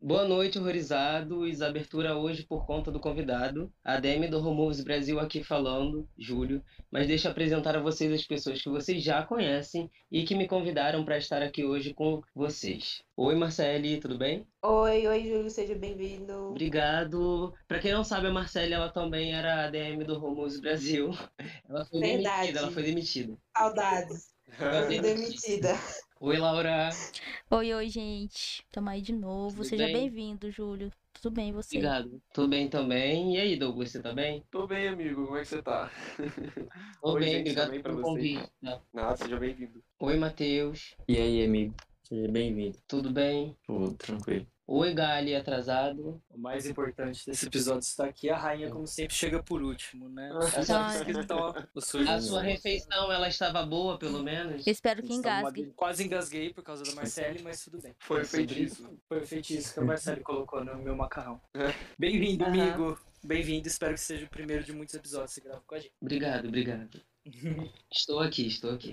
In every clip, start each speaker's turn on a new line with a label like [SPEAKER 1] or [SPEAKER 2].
[SPEAKER 1] Boa noite, horrorizados. Abertura hoje por conta do convidado. A DM do Removes Brasil aqui falando, Júlio. Mas deixa eu apresentar a vocês as pessoas que vocês já conhecem e que me convidaram para estar aqui hoje com vocês. Oi, Marcele, tudo bem?
[SPEAKER 2] Oi, oi, Júlio, seja bem-vindo.
[SPEAKER 1] Obrigado. Para quem não sabe, a Marcele, ela também era a DM do Removes Brasil. Ela foi
[SPEAKER 2] Verdade.
[SPEAKER 1] demitida, ela foi demitida.
[SPEAKER 2] Saudades.
[SPEAKER 1] Ela foi
[SPEAKER 2] Fui demitida.
[SPEAKER 1] Oi, Laura.
[SPEAKER 3] Oi, oi, gente. Tamo aí de novo.
[SPEAKER 1] Tudo
[SPEAKER 3] Seja
[SPEAKER 1] bem?
[SPEAKER 3] bem-vindo, Júlio. Tudo bem, e você?
[SPEAKER 1] Obrigado. Tudo bem também. E aí, Douglas, você tá bem?
[SPEAKER 4] Tô bem, amigo. Como é que você tá?
[SPEAKER 1] Tô
[SPEAKER 4] Oi,
[SPEAKER 1] bem,
[SPEAKER 4] gente,
[SPEAKER 1] obrigado
[SPEAKER 4] também pra
[SPEAKER 1] pelo
[SPEAKER 4] você.
[SPEAKER 1] convite. tá?
[SPEAKER 4] Nada, seja bem-vindo.
[SPEAKER 1] Oi, Matheus.
[SPEAKER 5] E aí, amigo? Seja bem-vindo.
[SPEAKER 1] Tudo bem?
[SPEAKER 5] Tudo tranquilo.
[SPEAKER 1] Oi, Gali, atrasado.
[SPEAKER 6] O mais importante desse é episódio está aqui. A rainha, como sempre, chega por último, né?
[SPEAKER 4] Ah.
[SPEAKER 6] Os amigos que estão- os sujos
[SPEAKER 1] A
[SPEAKER 5] Sim.
[SPEAKER 1] sua refeição, ela estava boa, pelo menos?
[SPEAKER 3] Espero que
[SPEAKER 6] estão
[SPEAKER 3] engasgue.
[SPEAKER 6] uma- Quase engasguei por causa da Marcele, mas tudo bem.
[SPEAKER 4] Foi feito
[SPEAKER 6] sobre
[SPEAKER 4] isso.
[SPEAKER 6] Foi feito isso que a Marcele colocou no meu macarrão. Bem-vindo,
[SPEAKER 1] Aham.
[SPEAKER 6] amigo. Bem-vindo. Espero que seja o primeiro de muitos episódios que você grava com a gente.
[SPEAKER 1] Obrigado, obrigado. Estou aqui, estou aqui.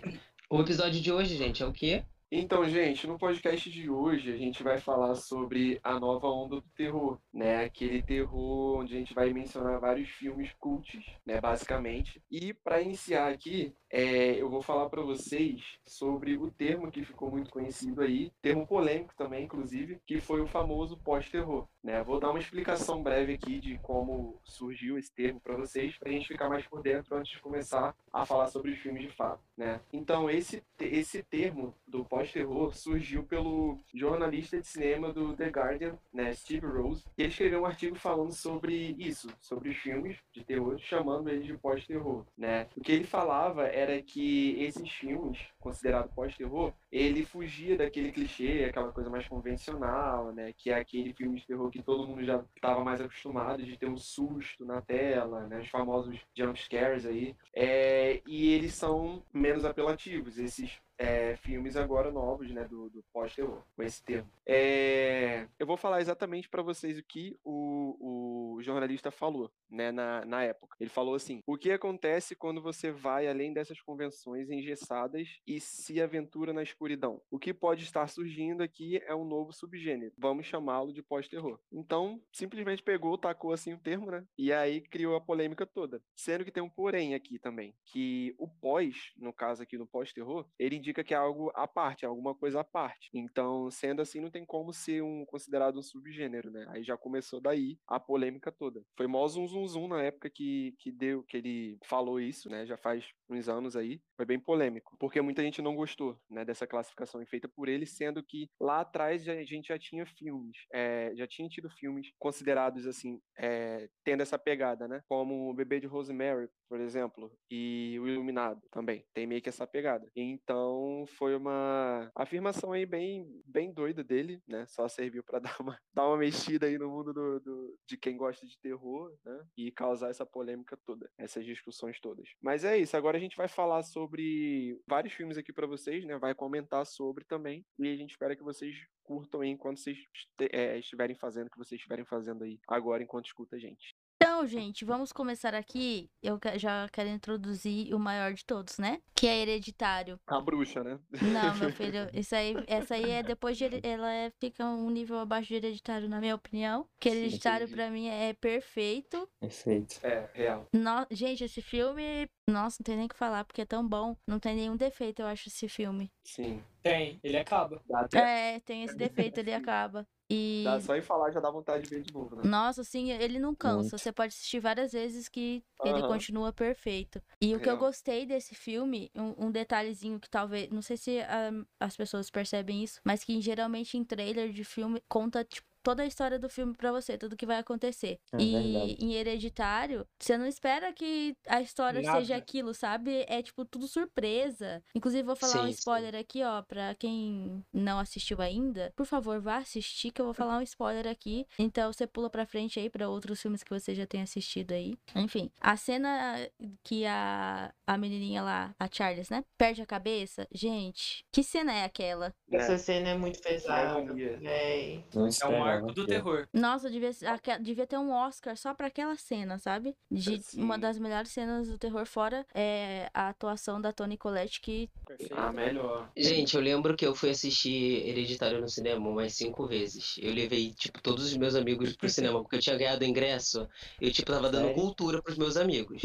[SPEAKER 1] O episódio de hoje, gente, é o quê?
[SPEAKER 4] Então, gente, no podcast de hoje a gente vai falar sobre a nova onda do terror, né? Aquele terror onde a gente vai mencionar vários filmes cultos, né? Basicamente. E para iniciar aqui, é, eu vou falar para vocês sobre o termo que ficou muito conhecido aí, termo polêmico também, inclusive, que foi o famoso pós-terror, né? Vou dar uma explicação breve aqui de como surgiu esse termo para vocês, para a gente ficar mais por dentro antes de começar a falar sobre os filmes de fato, né? Então, esse, te- esse termo do pós-terror surgiu pelo jornalista de cinema do The Guardian, né, Steve Rose, e ele escreveu um artigo falando sobre isso, sobre os filmes de terror, chamando ele de pós-terror, né? O que ele falava era que esses filmes, considerados pós-terror, ele fugia daquele clichê, aquela coisa mais convencional, né? Que é aquele filme de terror que todo mundo já estava mais acostumado de ter um susto na tela, né? Os famosos jump scares aí. É, e eles são menos apelativos, esses é, filmes agora novos, né? Do, do pós-terror, com esse termo. É, eu vou falar exatamente para vocês o que o, o jornalista falou, né? Na, na época. Ele falou assim: o que acontece quando você vai além dessas convenções engessadas e se aventura na escuridão? O que pode estar surgindo aqui é um novo subgênero. Vamos chamá-lo de pós-terror. Então, simplesmente pegou, tacou assim o termo, né? E aí criou a polêmica toda. Sendo que tem um porém aqui também, que o pós, no caso aqui no pós-terror, ele indica que é algo à parte, é alguma coisa à parte. Então, sendo assim, não tem como ser um considerado um subgênero, né? Aí já começou daí a polêmica toda. Foi mó zum zum zum na época que, que deu, que ele falou isso, né? Já faz uns anos aí. Foi bem polêmico, porque muita gente não gostou, né? Dessa classificação feita por ele, sendo que lá atrás já- a gente já tinha filmes, é, já tinha tido filmes considerados assim, é, tendo essa pegada, né? Como O Bebê de Rosemary, por exemplo, e O Iluminado também, tem meio que essa pegada. Então, foi uma afirmação aí bem, bem doida dele, né? Só serviu pra dar uma, dar uma mexida aí no mundo do, do- de quem gosta de terror, né? E causar essa polêmica toda, essas discussões todas. Mas é isso, agora a gente vai falar sobre vários filmes aqui pra vocês, né? Vai comentar sobre também, e a gente espera que vocês curtam aí enquanto vocês este- eh, estiverem fazendo o que vocês estiverem fazendo aí agora enquanto escuta a gente.
[SPEAKER 3] Então, gente, vamos começar aqui. Eu que- já quero introduzir o maior de todos, né? Que é hereditário.
[SPEAKER 4] A bruxa, né?
[SPEAKER 3] Não, meu filho, isso aí, essa aí é depois de. Here- Ela é- fica um nível abaixo de hereditário, na minha opinião. Que
[SPEAKER 4] Sim,
[SPEAKER 3] hereditário,
[SPEAKER 4] entendi.
[SPEAKER 3] pra mim, é perfeito.
[SPEAKER 5] Perfeito.
[SPEAKER 4] É, real.
[SPEAKER 3] No- Gente, esse filme. Nossa, não tem nem o que falar, porque é tão bom. Não tem nenhum defeito, eu acho, esse filme.
[SPEAKER 4] Sim.
[SPEAKER 6] Tem, ele acaba.
[SPEAKER 4] Dá, até,
[SPEAKER 3] É, tem esse defeito, ele acaba. E.
[SPEAKER 4] dá só em falar já dá vontade de ver de novo, né?
[SPEAKER 3] Nossa, assim, ele não cansa.
[SPEAKER 5] Muito.
[SPEAKER 3] Você pode assistir várias vezes que ele
[SPEAKER 4] Aham.
[SPEAKER 3] continua perfeito. E o que eu
[SPEAKER 4] Real.
[SPEAKER 3] gostei desse filme, um, um detalhezinho que talvez. Não sei se ah, as pessoas percebem isso, mas que geralmente em trailer de filme conta, tipo. Toda a história do filme pra você, tudo que vai acontecer.
[SPEAKER 5] É
[SPEAKER 3] e
[SPEAKER 5] verdade.
[SPEAKER 3] em Hereditário, você não espera que a história
[SPEAKER 6] Nada.
[SPEAKER 3] seja aquilo, sabe? É tipo tudo surpresa. Inclusive, vou falar um
[SPEAKER 1] Sim, sim.
[SPEAKER 3] spoiler aqui, ó, pra quem não assistiu ainda. Por favor, vá assistir, que eu vou
[SPEAKER 1] Hum.
[SPEAKER 3] falar um spoiler aqui. Então, você pula pra frente aí pra outros filmes que você já tenha assistido aí. Enfim, a cena que a, a menininha lá, a Charles, né? Perde a cabeça. Gente, que cena é aquela?
[SPEAKER 4] É.
[SPEAKER 2] Hum, Essa cena é muito pesada,
[SPEAKER 4] agonia.
[SPEAKER 2] véi.
[SPEAKER 5] Não
[SPEAKER 6] É um
[SPEAKER 5] esperava.
[SPEAKER 6] Arco do Terror.
[SPEAKER 3] Nossa, devia, ser- aque- devia ter um Oscar só pra aquela cena, sabe? De
[SPEAKER 4] Sim.
[SPEAKER 3] uma das melhores cenas do terror, fora é, a atuação da Toni Collette, que
[SPEAKER 6] Perfeito.
[SPEAKER 4] Ah, melhor.
[SPEAKER 1] Gente, eu lembro que eu fui assistir Hereditário no cinema umas cinco vezes. Eu levei, tipo, todos os meus amigos pro cinema, porque eu tinha ganhado ingresso. Eu, tipo, tava dando
[SPEAKER 5] Sério?
[SPEAKER 1] cultura pros meus amigos.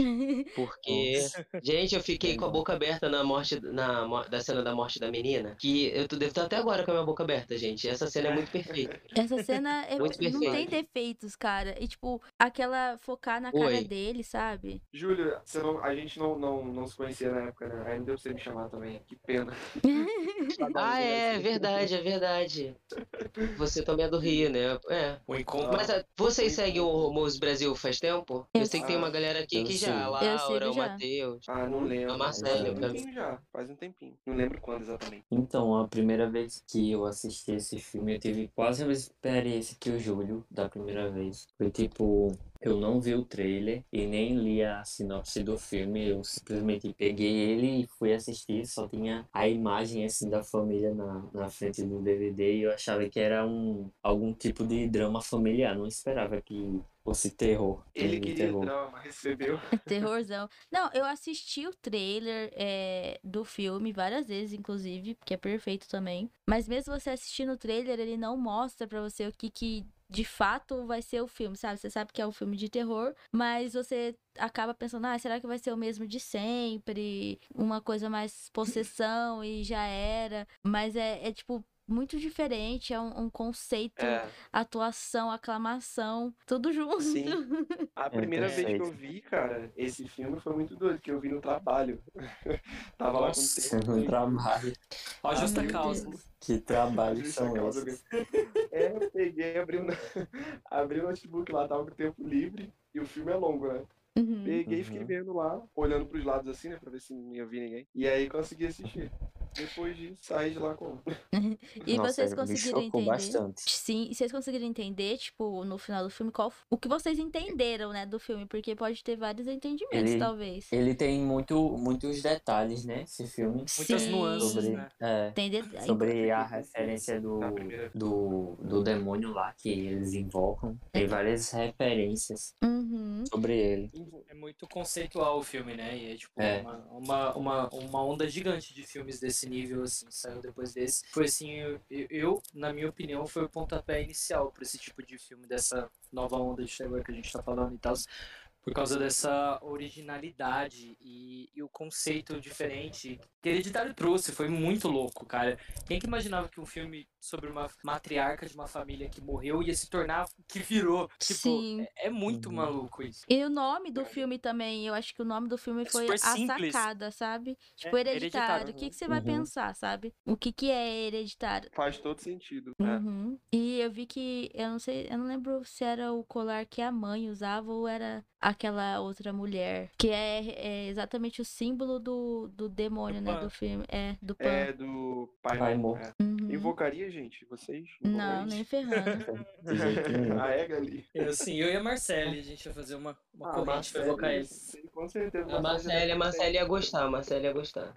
[SPEAKER 1] Porque, gente, eu fiquei com a boca aberta na morte, na, mo- da cena da morte da menina. Que eu tô- devo estar até agora com a minha boca aberta, gente. Essa cena é muito perfeita.
[SPEAKER 3] Essa cena é-
[SPEAKER 1] Muito
[SPEAKER 3] não tem
[SPEAKER 1] perfeito.
[SPEAKER 3] defeitos, cara. E, tipo, aquela focar na cara
[SPEAKER 1] Oi.
[SPEAKER 3] dele, sabe?
[SPEAKER 4] Júlio, você não- a gente não, não, não se conhecia na época, né? Aí não deu pra você me chamar também. Que pena.
[SPEAKER 1] Ah, é, verdade, é verdade. Você também é do Rio, né? É.
[SPEAKER 6] O encontro.
[SPEAKER 1] Mas ah, vocês seguem o Hormuz Brasil faz tempo? Eu, sei que tem uma galera aqui
[SPEAKER 5] Eu
[SPEAKER 1] que
[SPEAKER 5] sigo.
[SPEAKER 1] já, a
[SPEAKER 5] Eu
[SPEAKER 1] Laura,
[SPEAKER 3] sigo
[SPEAKER 1] o
[SPEAKER 3] já.
[SPEAKER 1] Matheus.
[SPEAKER 4] Ah, não lembro.
[SPEAKER 1] A Marcela,
[SPEAKER 4] Faz um
[SPEAKER 1] pra mim.
[SPEAKER 4] tempinho já. Faz um tempinho. Não lembro quando exatamente.
[SPEAKER 5] Então, a primeira vez que eu assisti esse filme, eu tive quase a mesma experiência que o Júlio, da primeira vez. Foi tipo, eu não vi o trailer e nem li a sinopse do filme, eu simplesmente peguei ele e fui assistir, só tinha a imagem assim da família na, na frente do DVD e eu achava que era um algum tipo de drama familiar, não esperava que fosse terror.
[SPEAKER 4] Ele
[SPEAKER 5] filme de
[SPEAKER 4] queria
[SPEAKER 5] terror.
[SPEAKER 4] drama, recebeu.
[SPEAKER 3] Terrorzão. Não, eu assisti o trailer é, do filme várias vezes, inclusive, porque é perfeito também. Mas mesmo você assistindo o trailer, ele não mostra pra você o que que de fato vai ser o filme, sabe? Você sabe que é um filme de terror, mas você acaba pensando, ah, será que vai ser o mesmo de sempre? Uma coisa mais possessão e já era. Mas é, é, tipo muito diferente, é um, um conceito,
[SPEAKER 4] É.
[SPEAKER 3] atuação, aclamação, tudo junto.
[SPEAKER 4] Sim. A primeira vez que
[SPEAKER 5] perfeito.
[SPEAKER 4] eu vi, cara, esse filme foi muito doido, que eu vi no trabalho. Tava lá com
[SPEAKER 6] Nossa,
[SPEAKER 4] o
[SPEAKER 5] Um
[SPEAKER 4] texto.
[SPEAKER 5] trabalho,
[SPEAKER 6] Ó,
[SPEAKER 4] Ah,
[SPEAKER 6] justa
[SPEAKER 4] meu
[SPEAKER 6] causa.
[SPEAKER 5] que trabalho
[SPEAKER 4] Justa
[SPEAKER 5] são
[SPEAKER 4] causa,
[SPEAKER 5] esses?
[SPEAKER 4] É, eu peguei, abri o, abri o notebook lá, tava com tempo livre, e o filme é longo, né?
[SPEAKER 3] Uhum.
[SPEAKER 4] Peguei e fiquei
[SPEAKER 5] Uhum.
[SPEAKER 4] vendo lá, olhando pros lados assim, né, pra ver se não ia vir ninguém. E aí consegui assistir. Depois disso, saí de lá com...
[SPEAKER 3] E
[SPEAKER 5] Nossa,
[SPEAKER 3] vocês
[SPEAKER 5] me
[SPEAKER 3] conseguiram
[SPEAKER 5] chocou
[SPEAKER 3] entender?
[SPEAKER 5] bastante.
[SPEAKER 3] Sim, e vocês conseguiram entender, tipo, no final do filme, qual f- o que vocês entenderam, né, do filme? Porque pode ter vários entendimentos,
[SPEAKER 5] Ele-
[SPEAKER 3] talvez.
[SPEAKER 5] Ele tem muito, muitos detalhes, né? Esse filme.
[SPEAKER 6] Muitas
[SPEAKER 3] Sim.
[SPEAKER 6] nuances,
[SPEAKER 5] Sobre,
[SPEAKER 6] né?
[SPEAKER 5] é,
[SPEAKER 3] Tem de-
[SPEAKER 5] sobre
[SPEAKER 3] né,
[SPEAKER 5] a referência do,
[SPEAKER 4] Na primeira.
[SPEAKER 5] do, do demônio lá que eles invocam.
[SPEAKER 3] É.
[SPEAKER 5] Tem várias referências
[SPEAKER 3] Uhum.
[SPEAKER 5] sobre ele.
[SPEAKER 6] É muito conceitual o filme, né? E é tipo
[SPEAKER 5] É.
[SPEAKER 6] Uma, uma, uma, uma onda gigante de filmes desse nível, assim, saiu depois desse. Foi assim, eu, eu- eu, na minha opinião, foi o pontapé inicial pra esse tipo de filme, dessa nova onda de terror que a gente tá falando e tal. Por causa dessa originalidade e, e o conceito diferente que Hereditário trouxe, foi muito louco, cara. Quem que imaginava que um filme sobre uma matriarca de uma família que morreu ia se tornar o que virou? Tipo,
[SPEAKER 3] Sim.
[SPEAKER 6] é muito
[SPEAKER 5] Uhum.
[SPEAKER 6] maluco isso.
[SPEAKER 3] E o nome do filme também, eu acho que o nome do filme foi
[SPEAKER 6] É super
[SPEAKER 3] A
[SPEAKER 6] simples.
[SPEAKER 3] Sacada, sabe? Tipo,
[SPEAKER 6] É,
[SPEAKER 3] hereditário.
[SPEAKER 6] Hereditário,
[SPEAKER 3] O que, que você vai
[SPEAKER 5] Uhum.
[SPEAKER 3] pensar, sabe? O que, que é hereditário?
[SPEAKER 4] Faz todo sentido,
[SPEAKER 6] É.
[SPEAKER 4] né?
[SPEAKER 3] Uhum. E eu vi que, eu não sei, eu não lembro se era o colar que a mãe usava ou era aquela outra mulher. Que é, é exatamente o símbolo do, do demônio,
[SPEAKER 6] Do
[SPEAKER 3] né?
[SPEAKER 6] Pan.
[SPEAKER 3] Do filme. É, do Pan.
[SPEAKER 4] É do Pai,
[SPEAKER 5] Pai
[SPEAKER 4] Morto.
[SPEAKER 5] Morto.
[SPEAKER 4] é.
[SPEAKER 3] Uhum.
[SPEAKER 4] Invocaria, gente? Vocês?
[SPEAKER 3] Não, nem
[SPEAKER 4] Invocariam? Ah, é,
[SPEAKER 3] ferrando.
[SPEAKER 5] De jeito nenhum.
[SPEAKER 4] A Ega ali.
[SPEAKER 6] Eu sim, eu e a Marcele, a gente ia fazer uma, uma
[SPEAKER 4] Ah,
[SPEAKER 6] corrente pra evocar eles.
[SPEAKER 4] Com certeza.
[SPEAKER 1] A Marcela, a Marcela ia gostar, a Marcela ia gostar.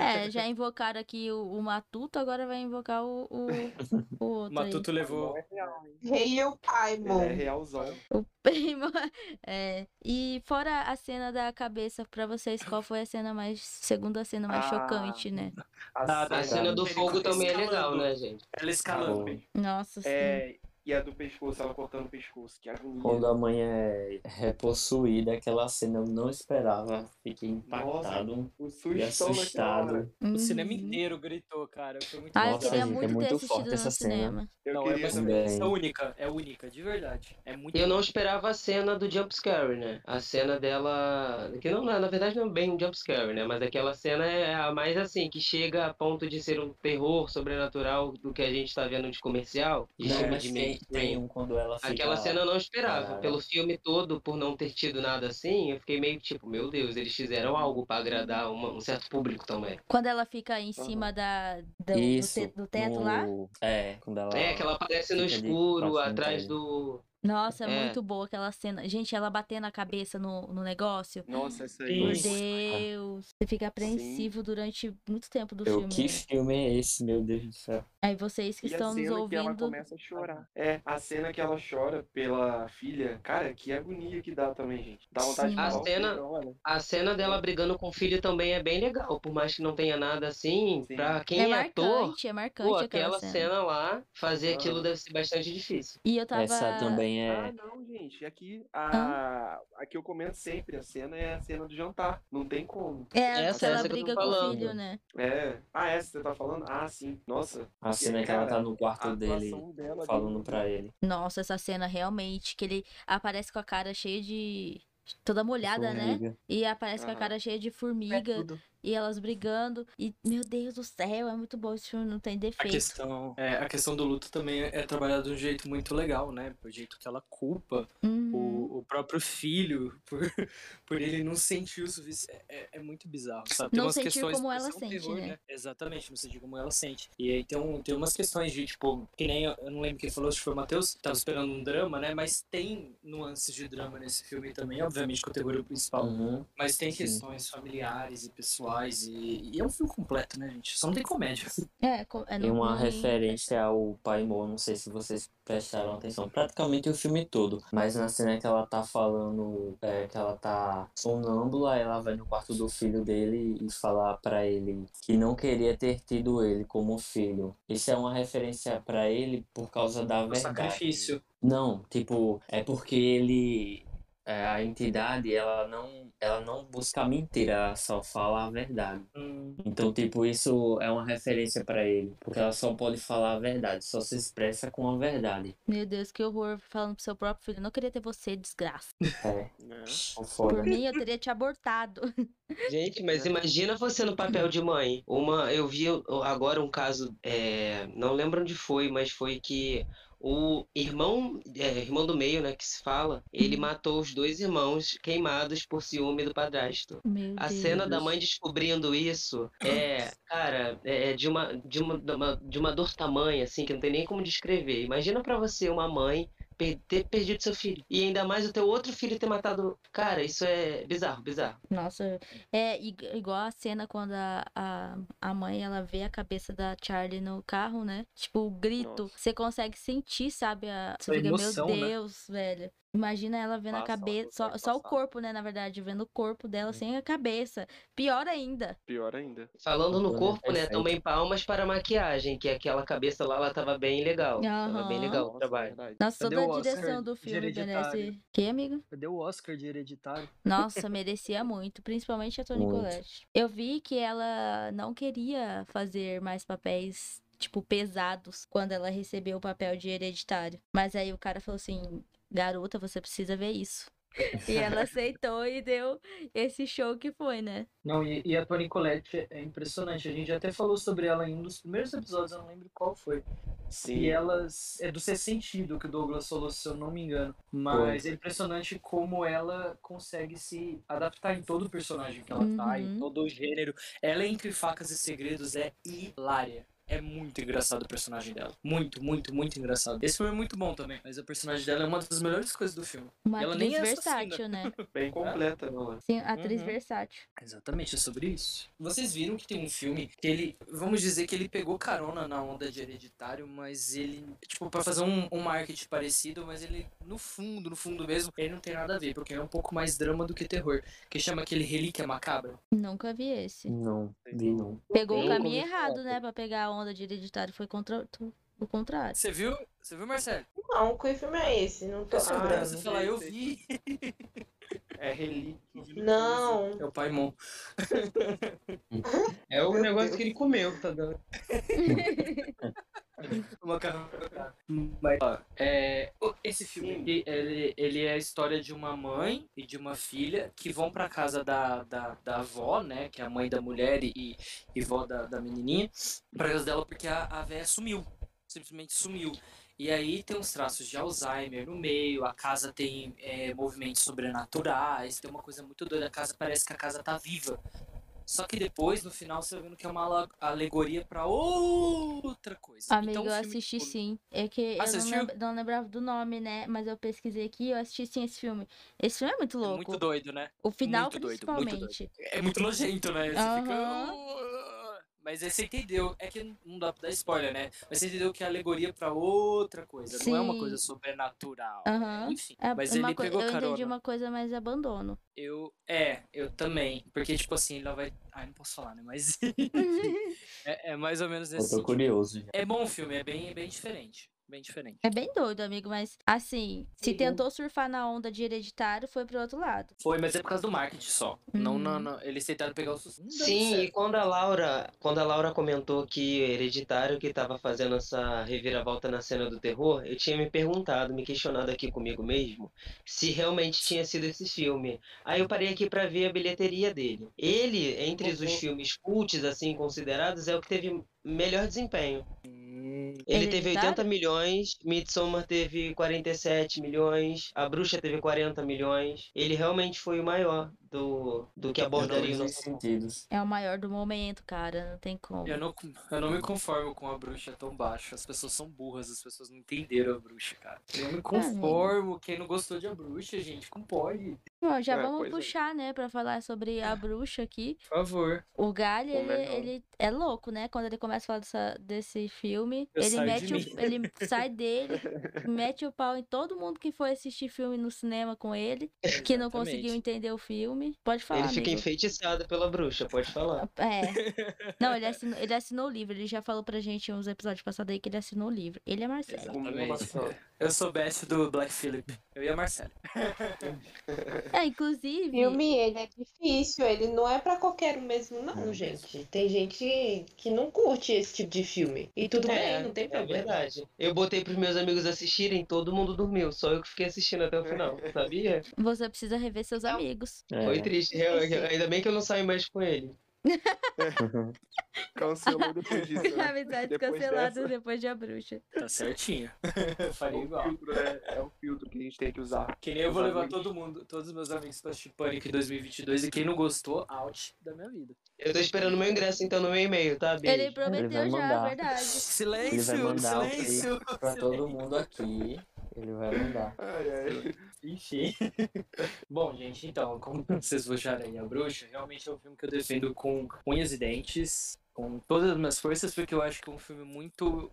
[SPEAKER 3] é, já invocaram aqui o, o Matuto, agora vai invocar o, o, o
[SPEAKER 6] O
[SPEAKER 3] outro.
[SPEAKER 6] Matuto levou.
[SPEAKER 4] É real, hein?
[SPEAKER 2] Rei o
[SPEAKER 4] É
[SPEAKER 2] Paimon.
[SPEAKER 4] realzão.
[SPEAKER 3] aí. O primo. É. E fora a cena da cabeça, pra vocês, qual foi a cena mais. Segunda cena mais
[SPEAKER 4] Ah.
[SPEAKER 3] chocante, né?
[SPEAKER 1] A
[SPEAKER 6] Tá.
[SPEAKER 1] cena do
[SPEAKER 6] Ele
[SPEAKER 1] fogo também é legal,
[SPEAKER 6] escalando.
[SPEAKER 1] né, gente?
[SPEAKER 4] Tá
[SPEAKER 6] Ela escalando.
[SPEAKER 3] Nossa, sim.
[SPEAKER 4] É, e a do pescoço, ela cortando o pescoço, que agonia.
[SPEAKER 5] Quando a mãe é repossuída, aquela cena eu não esperava. Fiquei impactado
[SPEAKER 4] O
[SPEAKER 5] e
[SPEAKER 4] sustão naquela hora.
[SPEAKER 5] assustado.
[SPEAKER 6] O cinema
[SPEAKER 3] Uhum.
[SPEAKER 6] inteiro gritou, cara. Foi muito
[SPEAKER 3] Ah, eu
[SPEAKER 5] Nossa,
[SPEAKER 3] queria
[SPEAKER 5] gente, é
[SPEAKER 3] muito ter
[SPEAKER 5] muito
[SPEAKER 3] assistido
[SPEAKER 5] forte
[SPEAKER 3] no
[SPEAKER 5] essa cena.
[SPEAKER 3] cinema.
[SPEAKER 4] Eu
[SPEAKER 6] Não, é
[SPEAKER 4] queria
[SPEAKER 6] mais ou
[SPEAKER 4] também.
[SPEAKER 6] É
[SPEAKER 5] Também.
[SPEAKER 6] única, é única, de verdade. É muito
[SPEAKER 1] Eu não esperava a cena do jump scare, né? A cena dela, que não, na na verdade não é bem um jump scare, né? Mas aquela cena é a mais assim que chega a ponto de ser um terror sobrenatural do que a gente tá vendo de comercial e
[SPEAKER 5] Não,
[SPEAKER 1] chama
[SPEAKER 5] mas
[SPEAKER 1] de
[SPEAKER 5] tem, tem
[SPEAKER 1] mainstream.
[SPEAKER 5] um quando ela fica...
[SPEAKER 1] Aquela cena eu não esperava.
[SPEAKER 5] Caralho.
[SPEAKER 1] Pelo filme todo, por não ter tido nada assim, eu fiquei meio tipo, meu Deus, eles fizeram algo pra agradar uma- um certo público também.
[SPEAKER 3] Quando ela fica em cima da, da- do,
[SPEAKER 5] Isso,
[SPEAKER 3] te- do teto lá.
[SPEAKER 5] no- É, quando ela...
[SPEAKER 1] É, que ela aparece no
[SPEAKER 5] Fica ali,
[SPEAKER 1] escuro,
[SPEAKER 5] bastante
[SPEAKER 1] atrás
[SPEAKER 5] aí.
[SPEAKER 1] do.
[SPEAKER 3] Nossa, é
[SPEAKER 1] É.
[SPEAKER 3] muito boa aquela cena. Gente, ela batendo a cabeça no, no negócio.
[SPEAKER 4] Nossa, essa
[SPEAKER 1] Sim.
[SPEAKER 3] Meu
[SPEAKER 4] aí.
[SPEAKER 1] Isso.
[SPEAKER 3] Deus. Você fica apreensivo durante muito tempo do
[SPEAKER 5] Eu,
[SPEAKER 3] filme.
[SPEAKER 5] que
[SPEAKER 3] né?
[SPEAKER 5] filme é esse, meu Deus do céu?
[SPEAKER 3] Aí vocês que
[SPEAKER 4] E a
[SPEAKER 3] estão nos
[SPEAKER 4] cena que ela
[SPEAKER 3] ouvindo.
[SPEAKER 4] começa a chorar. É, a cena que ela chora pela filha, cara, que agonia que dá também, gente. Dá vontade de
[SPEAKER 3] Sim. A
[SPEAKER 4] falar o
[SPEAKER 1] cena-
[SPEAKER 4] perdão, olha.
[SPEAKER 1] A cena dela brigando com o filho também é bem legal, por mais que não tenha nada assim.
[SPEAKER 4] Sim.
[SPEAKER 1] Pra quem
[SPEAKER 3] É
[SPEAKER 1] é, ator,
[SPEAKER 3] marcante, é marcante
[SPEAKER 1] pô,
[SPEAKER 3] aquela,
[SPEAKER 1] aquela
[SPEAKER 3] cena.
[SPEAKER 1] cena. lá, fazer aquilo
[SPEAKER 4] Ah.
[SPEAKER 1] deve ser bastante difícil.
[SPEAKER 3] E eu tava.
[SPEAKER 5] Essa também
[SPEAKER 4] Ah,
[SPEAKER 5] é.
[SPEAKER 4] não, gente. Aqui, a... aqui eu comento sempre. A cena é a cena do jantar. Não tem como.
[SPEAKER 3] É,
[SPEAKER 1] Essa-
[SPEAKER 3] ela
[SPEAKER 1] essa que eu tô
[SPEAKER 3] briga com o
[SPEAKER 1] falando.
[SPEAKER 3] filho, né?
[SPEAKER 4] É. Ah, essa que você tá falando? Ah, sim. Nossa.
[SPEAKER 5] A cena que ela tá no
[SPEAKER 4] A
[SPEAKER 5] quarto dele
[SPEAKER 4] atuação dela. é
[SPEAKER 5] falando
[SPEAKER 4] ali.
[SPEAKER 5] pra ele.
[SPEAKER 3] Nossa, essa cena realmente, que ele aparece com a cara cheia de. toda
[SPEAKER 5] um
[SPEAKER 3] molhada, né?
[SPEAKER 5] Formiga.
[SPEAKER 3] E aparece com a
[SPEAKER 4] Aham.
[SPEAKER 3] cara cheia de
[SPEAKER 4] É
[SPEAKER 3] formiga
[SPEAKER 4] tudo.
[SPEAKER 3] e elas brigando. E, meu Deus do céu, é muito bom esse filme, não tem
[SPEAKER 6] A
[SPEAKER 3] defeito.
[SPEAKER 6] questão, é, a questão do luto também é trabalhada de um jeito muito legal, né? Por jeito que ela culpa
[SPEAKER 3] Uhum.
[SPEAKER 6] o, o próprio filho por, por ele não sentir o suficiente. É, é- é muito bizarro, sabe? Tem
[SPEAKER 3] Não
[SPEAKER 6] umas
[SPEAKER 3] sentir
[SPEAKER 6] questões
[SPEAKER 3] como
[SPEAKER 6] que
[SPEAKER 3] ela
[SPEAKER 6] são
[SPEAKER 3] sente, né?
[SPEAKER 6] Exatamente, não sentir como ela sente. E aí tem, um- tem umas questões de, tipo, que nem eu, eu não lembro quem falou, se foi o Matheus, que tava esperando um drama, né? Mas tem nuances de drama nesse filme também, obviamente, com o terror é o principal.
[SPEAKER 5] Uhum.
[SPEAKER 6] Mas tem
[SPEAKER 5] Sim.
[SPEAKER 6] questões familiares e pessoais, e, e é um filme completo, né, gente? Só não tem comédia.
[SPEAKER 3] É, co- é
[SPEAKER 5] E
[SPEAKER 3] não-
[SPEAKER 5] uma
[SPEAKER 3] não-
[SPEAKER 5] referência ao Pai Mo, não sei se vocês prestaram atenção, praticamente o filme todo, mas na cena que ela tá falando, é, que ela tá sonâmbula, ela vai no quarto do filho dele e falar pra ele que não queria ter tido ele como filho. Isso é uma referência pra ele por causa da
[SPEAKER 6] É um
[SPEAKER 5] verdade.
[SPEAKER 6] sacrifício.
[SPEAKER 5] Não, tipo, é porque ele. é, a entidade, ela não, ela não busca mentira, ela só fala a verdade.
[SPEAKER 6] Hum,
[SPEAKER 5] Então, tipo, isso é uma referência pra ele, porque ela só pode falar a verdade, só se expressa com a verdade.
[SPEAKER 3] Meu Deus, que horror falando pro seu próprio filho. Não queria ter você, desgraça.
[SPEAKER 5] É,
[SPEAKER 4] É.
[SPEAKER 5] é
[SPEAKER 3] Por
[SPEAKER 6] né?
[SPEAKER 5] foda.
[SPEAKER 3] mim, eu teria te abortado.
[SPEAKER 1] Gente, mas
[SPEAKER 4] É.
[SPEAKER 1] imagina você no papel de mãe. Uma, eu vi o- agora um caso, é, não lembro onde foi, mas foi que o irmão, é, irmão do meio, né, que se fala, ele
[SPEAKER 3] Uhum.
[SPEAKER 1] matou os dois irmãos queimados por ciúme do padrasto.
[SPEAKER 3] Meu
[SPEAKER 1] A
[SPEAKER 3] Deus.
[SPEAKER 1] cena da mãe descobrindo isso é, cara, é é de uma, de uma, de uma, de uma dor tamanha, assim, que não tem nem como descrever. Imagina pra você uma mãe per- ter perdido seu filho. E ainda mais o teu outro filho ter matado. Cara, isso é bizarro, bizarro.
[SPEAKER 3] Nossa, é ig- igual a cena quando a, a, a mãe ela vê a cabeça da Charlie no carro, né? Tipo, o grito.
[SPEAKER 4] Nossa.
[SPEAKER 3] Você consegue sentir, sabe? A... Você
[SPEAKER 6] A
[SPEAKER 3] fica,
[SPEAKER 6] emoção, né?"
[SPEAKER 3] meu Deus, velho. Imagina ela vendo a
[SPEAKER 4] Passa, ela
[SPEAKER 3] cabeça. Só,
[SPEAKER 4] consegue
[SPEAKER 3] só o
[SPEAKER 4] passar.
[SPEAKER 3] corpo, né? Na verdade, vendo o corpo dela sem a cabeça. Pior ainda.
[SPEAKER 4] Pior ainda.
[SPEAKER 1] Falando no
[SPEAKER 5] Olha,
[SPEAKER 1] corpo, né?
[SPEAKER 5] perfeito.
[SPEAKER 1] Também palmas para a maquiagem, que aquela cabeça lá, ela tava bem legal. Tava tá bem
[SPEAKER 3] Aham.
[SPEAKER 1] legal o
[SPEAKER 4] Nossa,
[SPEAKER 1] trabalho.
[SPEAKER 4] verdade.
[SPEAKER 3] Nossa,
[SPEAKER 6] Cadê
[SPEAKER 3] toda
[SPEAKER 6] o
[SPEAKER 3] a
[SPEAKER 6] Oscar
[SPEAKER 3] direção do
[SPEAKER 6] de
[SPEAKER 3] filme
[SPEAKER 6] Hereditário?
[SPEAKER 3] merece. Que, amigo?
[SPEAKER 6] Cadê o Oscar de Hereditário?
[SPEAKER 3] Nossa, merecia muito, principalmente a Toni
[SPEAKER 5] Muito.
[SPEAKER 3] Collette. Eu vi que ela não queria fazer mais papéis, tipo, pesados quando ela recebeu o papel de hereditário. Mas aí o cara falou assim: garota, você precisa ver isso. E ela aceitou e deu esse show que foi, né?
[SPEAKER 6] Não, e, e a Toni Collette é impressionante. A gente até falou sobre ela em um dos primeiros episódios, eu não lembro qual foi.
[SPEAKER 4] Sim.
[SPEAKER 6] E elas. É do Ser Sentido que o Douglas falou, se eu não me engano. Mas é impressionante como ela consegue se adaptar em todo o personagem que ela tá,
[SPEAKER 3] Uhum.
[SPEAKER 6] em todo o gênero. Ela, entre facas e segredos, é hilária. É muito engraçado o personagem dela. Muito, muito, muito engraçado. Esse filme é muito bom também, mas o personagem dela é uma das melhores coisas do filme.
[SPEAKER 3] Uma
[SPEAKER 6] Ela
[SPEAKER 3] atriz
[SPEAKER 6] nem é assassina.
[SPEAKER 3] versátil, né?
[SPEAKER 4] Bem
[SPEAKER 5] Tá?
[SPEAKER 4] completa, ela.
[SPEAKER 3] Sim, atriz
[SPEAKER 6] Uhum.
[SPEAKER 3] versátil.
[SPEAKER 6] Exatamente, é sobre isso. Vocês viram que tem um filme que ele, vamos dizer que ele pegou carona na onda de hereditário, mas ele, tipo, pra fazer um, um marketing parecido, mas ele, no fundo, no fundo mesmo, ele não tem nada a ver, porque é um pouco mais drama do que terror, que chama aquele Relíquia Macabra.
[SPEAKER 3] Nunca vi esse.
[SPEAKER 5] Não, vi não.
[SPEAKER 3] Pegou o
[SPEAKER 1] Nunca
[SPEAKER 3] caminho
[SPEAKER 1] vi.
[SPEAKER 3] errado, né? Pra pegar a onda de hereditário. Foi contra o contrário.
[SPEAKER 6] Você viu? Você viu, Marcelo?
[SPEAKER 2] Não, que filme é esse? Não tô né?
[SPEAKER 4] Esse é o
[SPEAKER 6] Ah,
[SPEAKER 2] lembrando.
[SPEAKER 6] você falar, eu vi.
[SPEAKER 4] É relíquia.
[SPEAKER 2] Não.
[SPEAKER 6] É o Paimon.
[SPEAKER 1] É o
[SPEAKER 2] Meu negócio Deus.
[SPEAKER 1] que ele comeu, tá dando.
[SPEAKER 6] O macarrão. Mas, ó, é, o- esse filme
[SPEAKER 4] Sim.
[SPEAKER 6] aqui, ele, ele é a história de uma mãe e de uma filha que vão pra casa da, da, da avó, né? Que é a mãe da mulher e, e vó da, da menininha. Pra casa dela porque a, a véia sumiu. Simplesmente sumiu. E aí tem uns traços de Alzheimer no meio, a casa tem é, movimentos sobrenaturais, tem uma coisa muito doida. A casa parece que a casa tá viva. Só que depois, no final, você vai vendo que é uma ala- alegoria pra outra coisa.
[SPEAKER 3] Amigo,
[SPEAKER 6] Então, o
[SPEAKER 3] eu
[SPEAKER 6] filme,
[SPEAKER 3] assisti
[SPEAKER 6] tipo,
[SPEAKER 3] sim. É que eu não,
[SPEAKER 6] Assistiu?
[SPEAKER 3] lembra- não lembrava do nome, né? Mas eu pesquisei aqui e eu assisti sim esse filme. Esse filme é muito
[SPEAKER 6] É
[SPEAKER 3] louco.
[SPEAKER 6] muito doido, né?
[SPEAKER 3] o final,
[SPEAKER 6] muito doido, muito doido.
[SPEAKER 3] principalmente.
[SPEAKER 6] É muito nojento, né? Você
[SPEAKER 3] Aham.
[SPEAKER 6] fica. Mas aí você entendeu. É que não dá pra dar spoiler, né? Mas você entendeu que é alegoria pra outra coisa. Não é uma
[SPEAKER 3] Sim.
[SPEAKER 6] coisa sobrenatural. né?
[SPEAKER 3] Aham.
[SPEAKER 6] Enfim.
[SPEAKER 3] É
[SPEAKER 6] mas
[SPEAKER 3] uma
[SPEAKER 6] ele
[SPEAKER 3] coi-
[SPEAKER 6] pegou
[SPEAKER 3] eu
[SPEAKER 6] carona.
[SPEAKER 3] entendi uma coisa, mas abandono.
[SPEAKER 6] Eu. É, eu também. Porque, tipo assim, ela vai. Ai, não posso falar, né? Mas. é, é mais ou menos
[SPEAKER 5] Eu
[SPEAKER 6] nesse
[SPEAKER 5] tô
[SPEAKER 6] sentido.
[SPEAKER 5] curioso já.
[SPEAKER 6] É bom o filme, é bem, é bem diferente. Bem diferente.
[SPEAKER 3] É bem doido, amigo, mas assim, se
[SPEAKER 2] Sim.
[SPEAKER 3] tentou surfar na onda de hereditário, foi pro outro lado.
[SPEAKER 6] Foi, mas é por causa do marketing só. Não, não,
[SPEAKER 3] Uhum.
[SPEAKER 6] não. Eles tentaram pegar o sucesso. Não deu
[SPEAKER 1] Sim,
[SPEAKER 6] certo.
[SPEAKER 1] e quando a Laura, quando a Laura comentou que Hereditário que estava fazendo essa reviravolta na cena do terror, eu tinha me perguntado, me questionado aqui comigo mesmo, se realmente tinha sido esse filme. Aí eu parei aqui para ver a bilheteria dele. Ele, entre os
[SPEAKER 6] Uhum.
[SPEAKER 1] filmes cults assim considerados, é o que teve melhor desempenho.
[SPEAKER 6] Hum.
[SPEAKER 1] Ele teve
[SPEAKER 3] Hereditário?
[SPEAKER 1] 80 milhões, Midsommar teve 47 milhões, A Bruxa teve 40 milhões. Ele realmente foi o maior do, do que
[SPEAKER 5] Eu
[SPEAKER 1] abordaria o
[SPEAKER 5] não
[SPEAKER 1] nosso
[SPEAKER 5] sentidos.
[SPEAKER 3] É o maior do momento, cara. Não tem como.
[SPEAKER 6] Eu não, eu não me conformo com a bruxa tão baixa. As pessoas são burras, as pessoas não entenderam a bruxa, cara. Eu
[SPEAKER 5] Ah,
[SPEAKER 6] não me conformo. Quem não gostou de a bruxa, gente, como pode?
[SPEAKER 3] Bom, já
[SPEAKER 4] É,
[SPEAKER 3] vamos
[SPEAKER 4] pois é.
[SPEAKER 3] puxar, né, pra falar sobre a bruxa aqui.
[SPEAKER 6] Por favor.
[SPEAKER 3] O Galho,
[SPEAKER 4] Como
[SPEAKER 3] ele,
[SPEAKER 4] é não?
[SPEAKER 3] ele é louco, né? Quando ele começa a falar dessa- desse filme,
[SPEAKER 6] Eu
[SPEAKER 3] ele
[SPEAKER 6] saio
[SPEAKER 3] mete
[SPEAKER 6] de
[SPEAKER 3] o,
[SPEAKER 6] mim.
[SPEAKER 3] ele sai dele, mete o pau em todo mundo que foi assistir filme no cinema com ele,
[SPEAKER 5] É
[SPEAKER 3] que não conseguiu entender o filme. Pode falar,
[SPEAKER 1] Ele fica
[SPEAKER 3] amigo.
[SPEAKER 1] enfeitiçado pela bruxa, pode falar.
[SPEAKER 3] É. Não, ele assinou, ele assinou o livro. Ele já falou pra gente uns episódios passados aí que ele assinou o livro. Ele é Marcelo.
[SPEAKER 4] Como
[SPEAKER 6] Exatamente.
[SPEAKER 4] Marcelo.
[SPEAKER 6] Eu soubesse do Black Phillip. Eu ia Marcelo.
[SPEAKER 3] É, inclusive.
[SPEAKER 2] Filme, ele é difícil, ele não é pra qualquer um mesmo, não, gente. Tem gente que não curte esse tipo de filme. E tudo bem, não tem
[SPEAKER 1] É
[SPEAKER 2] problema.
[SPEAKER 1] verdade. Eu botei pros meus amigos assistirem, todo mundo dormiu, só eu que fiquei assistindo até o final, sabia?
[SPEAKER 3] Você precisa rever seus
[SPEAKER 2] Não.
[SPEAKER 3] amigos.
[SPEAKER 5] É.
[SPEAKER 1] Foi triste, real-
[SPEAKER 2] Sim, sim.
[SPEAKER 1] ainda bem que eu não saio mais com ele.
[SPEAKER 4] Cancelou depois disso. né?
[SPEAKER 3] Amizades
[SPEAKER 4] Depois
[SPEAKER 3] canceladas
[SPEAKER 4] dessa.
[SPEAKER 3] depois de a bruxa.
[SPEAKER 6] Tá certinho. Eu
[SPEAKER 4] É
[SPEAKER 6] faria
[SPEAKER 4] um
[SPEAKER 6] igual.
[SPEAKER 4] filtro, né? É um filtro que a gente tem que usar.
[SPEAKER 6] Que nem eu vou
[SPEAKER 4] Os
[SPEAKER 6] levar
[SPEAKER 4] amigos.
[SPEAKER 6] todo mundo, todos os meus amigos pra assistir Pânico em 2022 e quem não gostou, out da minha vida.
[SPEAKER 1] Eu tô esperando meu ingresso então no meu e-mail, tá, beijo?
[SPEAKER 3] Ele prometeu
[SPEAKER 5] vai
[SPEAKER 3] já, é
[SPEAKER 5] mandar.
[SPEAKER 3] verdade.
[SPEAKER 5] Ele vai
[SPEAKER 6] Silêncio,
[SPEAKER 5] mandar o
[SPEAKER 6] silêncio.
[SPEAKER 5] Pra todo mundo aqui, ele vai mandar.
[SPEAKER 4] Ai, ai.
[SPEAKER 6] Enfim. Bom, gente, então, como vocês puxaram aí a bruxa, realmente é um filme que eu defendo com unhas e dentes, com todas as minhas forças, porque eu acho que é um filme muito.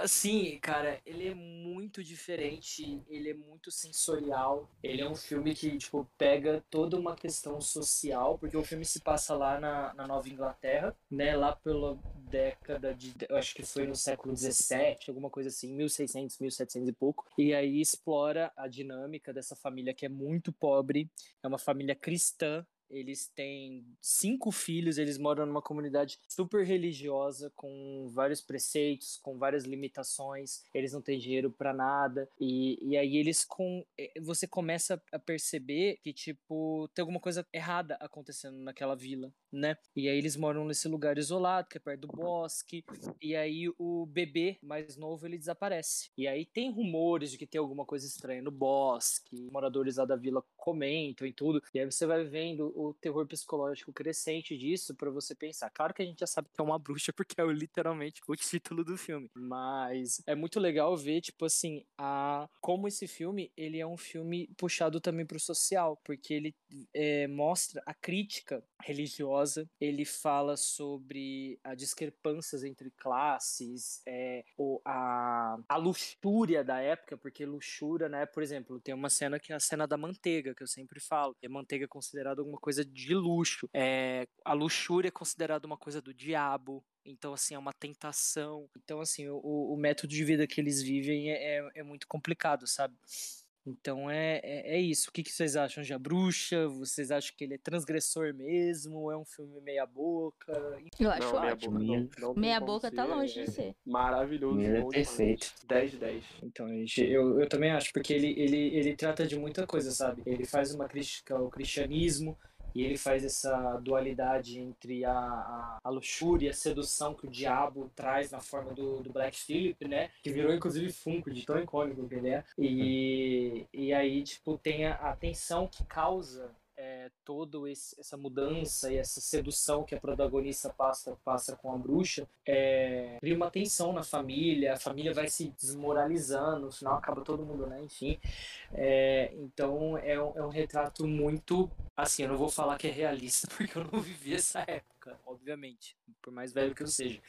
[SPEAKER 6] Assim, cara, ele é muito diferente, ele é muito sensorial, ele é um filme que, tipo, pega toda uma questão social, porque o filme se passa lá na, na Nova Inglaterra, né, lá pela década de, eu acho que foi no século XVII, alguma coisa assim, 1600, 1700 e pouco, e aí explora a dinâmica dessa família que é muito pobre, é uma família cristã, eles têm cinco filhos, eles moram numa comunidade super religiosa, com vários preceitos, com várias limitações, eles não têm dinheiro pra nada, e, e aí eles com. eh, Você começa a perceber que, tipo, tem alguma coisa errada acontecendo naquela vila, né? E aí eles moram nesse lugar isolado, que é perto do bosque, e aí o bebê mais novo ele desaparece. E aí tem rumores de que tem alguma coisa estranha no bosque, moradores lá da vila comentam e tudo. E aí você vai vendo o terror psicológico crescente disso pra você pensar. Claro que a gente já sabe que é uma bruxa porque é o- literalmente o título do filme, mas é muito legal ver tipo assim, a como esse filme, ele é um filme puxado também pro social, porque ele é, mostra a crítica religiosa, ele fala sobre as discrepâncias entre classes, é, o, a, a luxúria da época, porque luxúria, né? Por exemplo, tem uma cena que é a cena da manteiga, que eu sempre falo. E a manteiga é considerada alguma coisa de luxo. É, a luxúria é considerada uma coisa do diabo. Então, assim, é uma tentação. Então, assim, o- o, o método de vida que eles vivem é, é, é muito complicado, sabe? Então é, é, é isso. O que, que vocês acham de A Bruxa? Vocês acham que ele é transgressor mesmo? É um filme meia-boca?
[SPEAKER 3] Eu acho
[SPEAKER 4] Não, meia
[SPEAKER 3] ótimo.
[SPEAKER 4] boca não- não tem
[SPEAKER 3] Meia
[SPEAKER 4] como
[SPEAKER 3] Tá boca tá
[SPEAKER 4] ser,
[SPEAKER 3] longe
[SPEAKER 4] é
[SPEAKER 3] de ser.
[SPEAKER 4] Maravilhoso.
[SPEAKER 5] Ele é
[SPEAKER 4] bom demais.
[SPEAKER 5] perfeito.
[SPEAKER 4] 10 de 10.
[SPEAKER 6] Então, gente, eu, eu também acho, porque ele, ele, ele trata de muita coisa, sabe? Ele faz uma crítica ao cristianismo e ele faz essa dualidade entre a, a, a luxúria e a sedução que o diabo traz na forma do, do Black Phillip, né? Que virou, inclusive, Funko, de tão icônico que ele é. E, e aí, tipo, tem a, a tensão que causa é, é, todo esse, essa mudança e essa sedução que a protagonista passa, passa com a bruxa, é, cria uma tensão na família, a família vai se desmoralizando, no final acaba todo mundo, né? Enfim. É, então é um, é um retrato muito. Assim, eu não vou falar que é realista, porque eu não vivi essa época, obviamente, por mais velho que eu seja.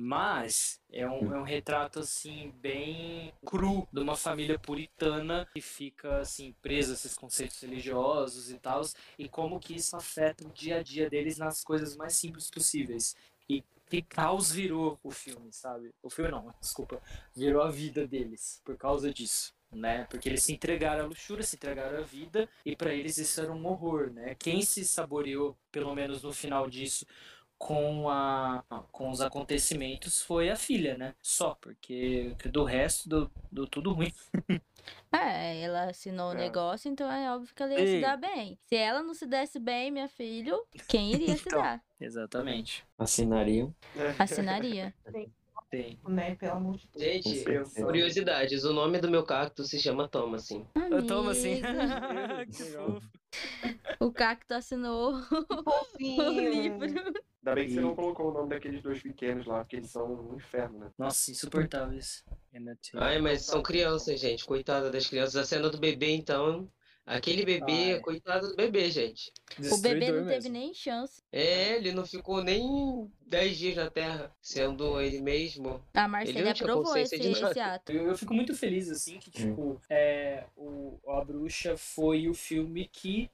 [SPEAKER 6] Mas é um, é um retrato, assim, bem cru de uma família puritana que fica, assim, presa a esses conceitos religiosos e tal, e como que isso afeta o dia a dia deles nas coisas mais simples possíveis. E que caos virou o filme, sabe? O filme não, desculpa. Virou a vida deles por causa disso né? Porque eles se entregaram à luxúria, se entregaram à vida, e para eles isso era um horror, né? Quem se saboreou, pelo menos no final disso, com, a, com os acontecimentos foi a filha, né? Só, porque do resto deu, deu tudo ruim.
[SPEAKER 3] É, ela assinou o
[SPEAKER 4] É.
[SPEAKER 3] negócio, então é óbvio que ela ia se
[SPEAKER 6] Ei.
[SPEAKER 3] dar bem. Se ela não se desse bem, minha filho, quem iria se
[SPEAKER 6] Então.
[SPEAKER 3] dar?
[SPEAKER 6] Exatamente.
[SPEAKER 5] Assinariam.
[SPEAKER 3] Assinaria.
[SPEAKER 6] Tem.
[SPEAKER 2] né? Pelo amor de Deus.
[SPEAKER 1] Gente,
[SPEAKER 5] Com certeza.
[SPEAKER 1] curiosidades. O nome do meu cacto se chama Thomasin.
[SPEAKER 6] Eu tomo assim.
[SPEAKER 3] Amigo,
[SPEAKER 6] que fofo.
[SPEAKER 3] o cacto assinou o
[SPEAKER 2] Fofinho.
[SPEAKER 3] livro.
[SPEAKER 4] Ainda bem que você
[SPEAKER 6] E-
[SPEAKER 4] não colocou o nome daqueles dois pequenos lá, porque eles são um inferno, né?
[SPEAKER 6] Nossa, insuportáveis. Inateu.
[SPEAKER 1] Ai, mas são crianças, gente. Coitada das crianças. A cena do bebê, então. Aquele bebê,
[SPEAKER 6] Ai.
[SPEAKER 1] coitado do bebê, gente.
[SPEAKER 3] O bebê
[SPEAKER 6] Destruidor
[SPEAKER 3] não teve
[SPEAKER 6] mesmo.
[SPEAKER 3] nem chance.
[SPEAKER 1] É, ele não ficou nem 10 dias na Terra, sendo ele mesmo.
[SPEAKER 3] A
[SPEAKER 1] Ele
[SPEAKER 3] Marcela
[SPEAKER 1] não tinha
[SPEAKER 3] aprovou esse,
[SPEAKER 1] consciência de nada.
[SPEAKER 3] esse ato.
[SPEAKER 6] Eu, eu fico muito feliz, assim, que, tipo, é, o, A Bruxa foi o filme que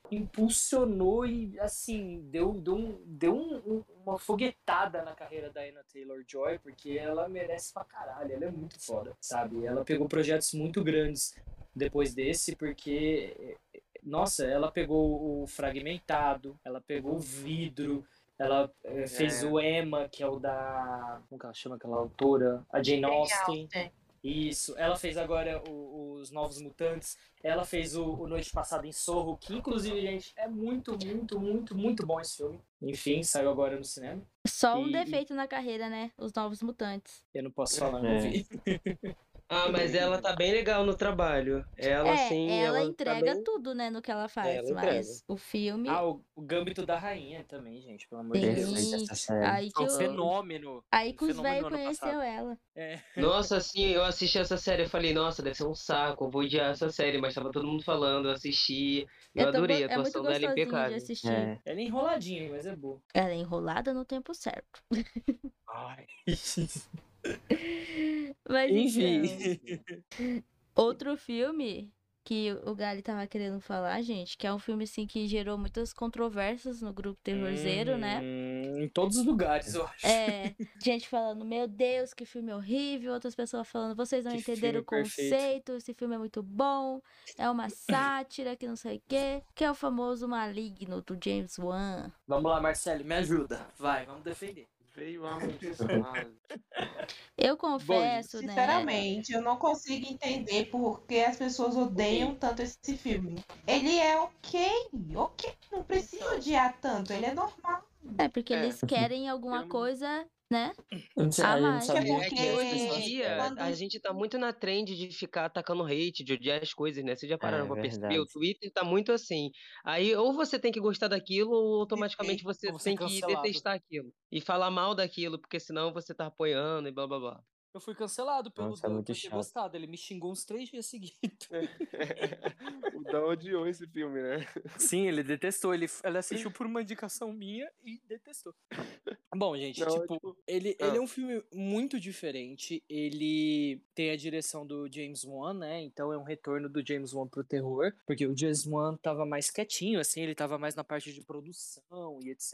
[SPEAKER 6] impulsionou e, assim, deu, deu, um- deu um- um- uma foguetada na carreira da Anna Taylor-Joy, porque ela merece pra caralho, ela é muito foda, sabe? Ela pegou projetos muito grandes depois desse, porque... é, Nossa, ela pegou o Fragmentado, ela pegou o Vidro, ela eh, fez
[SPEAKER 4] É.
[SPEAKER 6] o Emma, que é o da... Como que ela chama aquela autora? A Jane Austen.
[SPEAKER 2] É.
[SPEAKER 6] Isso, ela fez agora o- os Novos Mutantes, ela fez o, o Noite Passada em Sorro, que inclusive, gente, é muito, muito, muito, muito bom esse filme. Enfim, saiu agora no cinema.
[SPEAKER 3] Só um
[SPEAKER 6] E-
[SPEAKER 3] defeito na carreira, né? Os novos mutantes.
[SPEAKER 6] Eu não posso falar, não
[SPEAKER 5] É.
[SPEAKER 6] vi.
[SPEAKER 1] Ah, mas ela tá bem legal no trabalho. Ela,
[SPEAKER 3] é,
[SPEAKER 1] sim.
[SPEAKER 3] ela,
[SPEAKER 1] tá
[SPEAKER 3] entrega
[SPEAKER 1] bem-
[SPEAKER 3] tudo, né, no que ela faz.
[SPEAKER 1] Ela
[SPEAKER 3] mas o filme.
[SPEAKER 6] Ah, o, o Gâmbito da Rainha também, gente, pelo amor de
[SPEAKER 3] Sim.
[SPEAKER 6] Deus.
[SPEAKER 5] Perfeita essa
[SPEAKER 1] Ah,
[SPEAKER 5] série.
[SPEAKER 3] aí
[SPEAKER 6] É
[SPEAKER 1] então,
[SPEAKER 3] que,
[SPEAKER 6] um
[SPEAKER 3] o-
[SPEAKER 6] fenômeno.
[SPEAKER 3] aí que os
[SPEAKER 6] fenômeno
[SPEAKER 3] velhos
[SPEAKER 6] do ano
[SPEAKER 3] conheceu
[SPEAKER 6] passado.
[SPEAKER 3] ela.
[SPEAKER 1] Nossa, assim, eu assisti essa série. Eu falei, nossa, deve ser um saco. Eu vou odiar essa série. Mas tava todo mundo falando, eu assisti. Eu,
[SPEAKER 3] tô go-
[SPEAKER 1] adorei a
[SPEAKER 3] é muito
[SPEAKER 1] atuação dela
[SPEAKER 3] gostosinho de
[SPEAKER 1] impecável.
[SPEAKER 3] assistir.
[SPEAKER 5] É.
[SPEAKER 6] Ela é enroladinha, mas é boa.
[SPEAKER 3] Ela é enrolada no tempo certo.
[SPEAKER 6] Ai.
[SPEAKER 3] Mas então,
[SPEAKER 6] Enfim.
[SPEAKER 3] outro filme que o Gali tava querendo falar, gente, que é um filme assim que gerou muitas controvérsias no grupo
[SPEAKER 5] é um
[SPEAKER 3] terrorzeiro, né?
[SPEAKER 6] Hum, Em todos os lugares, eu acho.
[SPEAKER 3] É, gente falando, meu Deus, que filme horrível. Outras pessoas falando, vocês não
[SPEAKER 6] Que
[SPEAKER 3] entenderam o
[SPEAKER 6] filme perfeito."
[SPEAKER 3] conceito, esse filme é muito bom, é uma sátira que não sei o quê. Que é o famoso Maligno do James Wan.
[SPEAKER 6] Vamos lá, Marcelo, me ajuda. Vai, vamos defender.
[SPEAKER 4] Veio a amaldiçoada.
[SPEAKER 3] Eu confesso, né?
[SPEAKER 2] Sinceramente, eu não consigo entender por que as pessoas odeiam tanto esse filme. Ele é ok, ok. Não precisa odiar tanto, ele é normal.
[SPEAKER 3] É porque
[SPEAKER 4] É.
[SPEAKER 3] eles querem alguma
[SPEAKER 4] Eu-
[SPEAKER 3] coisa
[SPEAKER 5] Eu não sei,
[SPEAKER 3] Ah,
[SPEAKER 5] eu não
[SPEAKER 3] mas-
[SPEAKER 5] sabia
[SPEAKER 2] É
[SPEAKER 5] que
[SPEAKER 2] porque
[SPEAKER 5] as pessoas-
[SPEAKER 1] Hoje em dia,
[SPEAKER 2] quando-
[SPEAKER 1] a gente tá muito na trend de ficar atacando hate, de odiar as coisas, né? Vocês já pararam
[SPEAKER 5] É,
[SPEAKER 1] pra perceber? O
[SPEAKER 5] verdade.
[SPEAKER 1] Twitter tá muito assim. Aí, ou você tem que gostar daquilo, ou automaticamente você
[SPEAKER 6] ou você
[SPEAKER 1] tem
[SPEAKER 6] é
[SPEAKER 1] que
[SPEAKER 6] cancelado.
[SPEAKER 1] detestar aquilo. E falar mal daquilo, porque senão você tá apoiando e blá blá blá.
[SPEAKER 6] Eu fui cancelado pelo
[SPEAKER 5] Nossa, é
[SPEAKER 6] Dan
[SPEAKER 5] muito
[SPEAKER 6] por ter
[SPEAKER 5] chato.
[SPEAKER 6] gostado. Ele me xingou uns três dias seguidos.
[SPEAKER 4] o Dan odiou esse filme, né?
[SPEAKER 6] Sim, ele detestou. Ele, ele assistiu por uma indicação minha e detestou. Bom, gente,
[SPEAKER 4] Não,
[SPEAKER 6] tipo,
[SPEAKER 4] tipo,
[SPEAKER 6] ele,
[SPEAKER 4] Ah.
[SPEAKER 6] ele é um filme muito diferente. Ele tem a direção do James Wan, né? Então é um retorno do James Wan pro terror. Porque o James Wan tava mais quietinho, assim, ele tava mais na parte de produção e etc.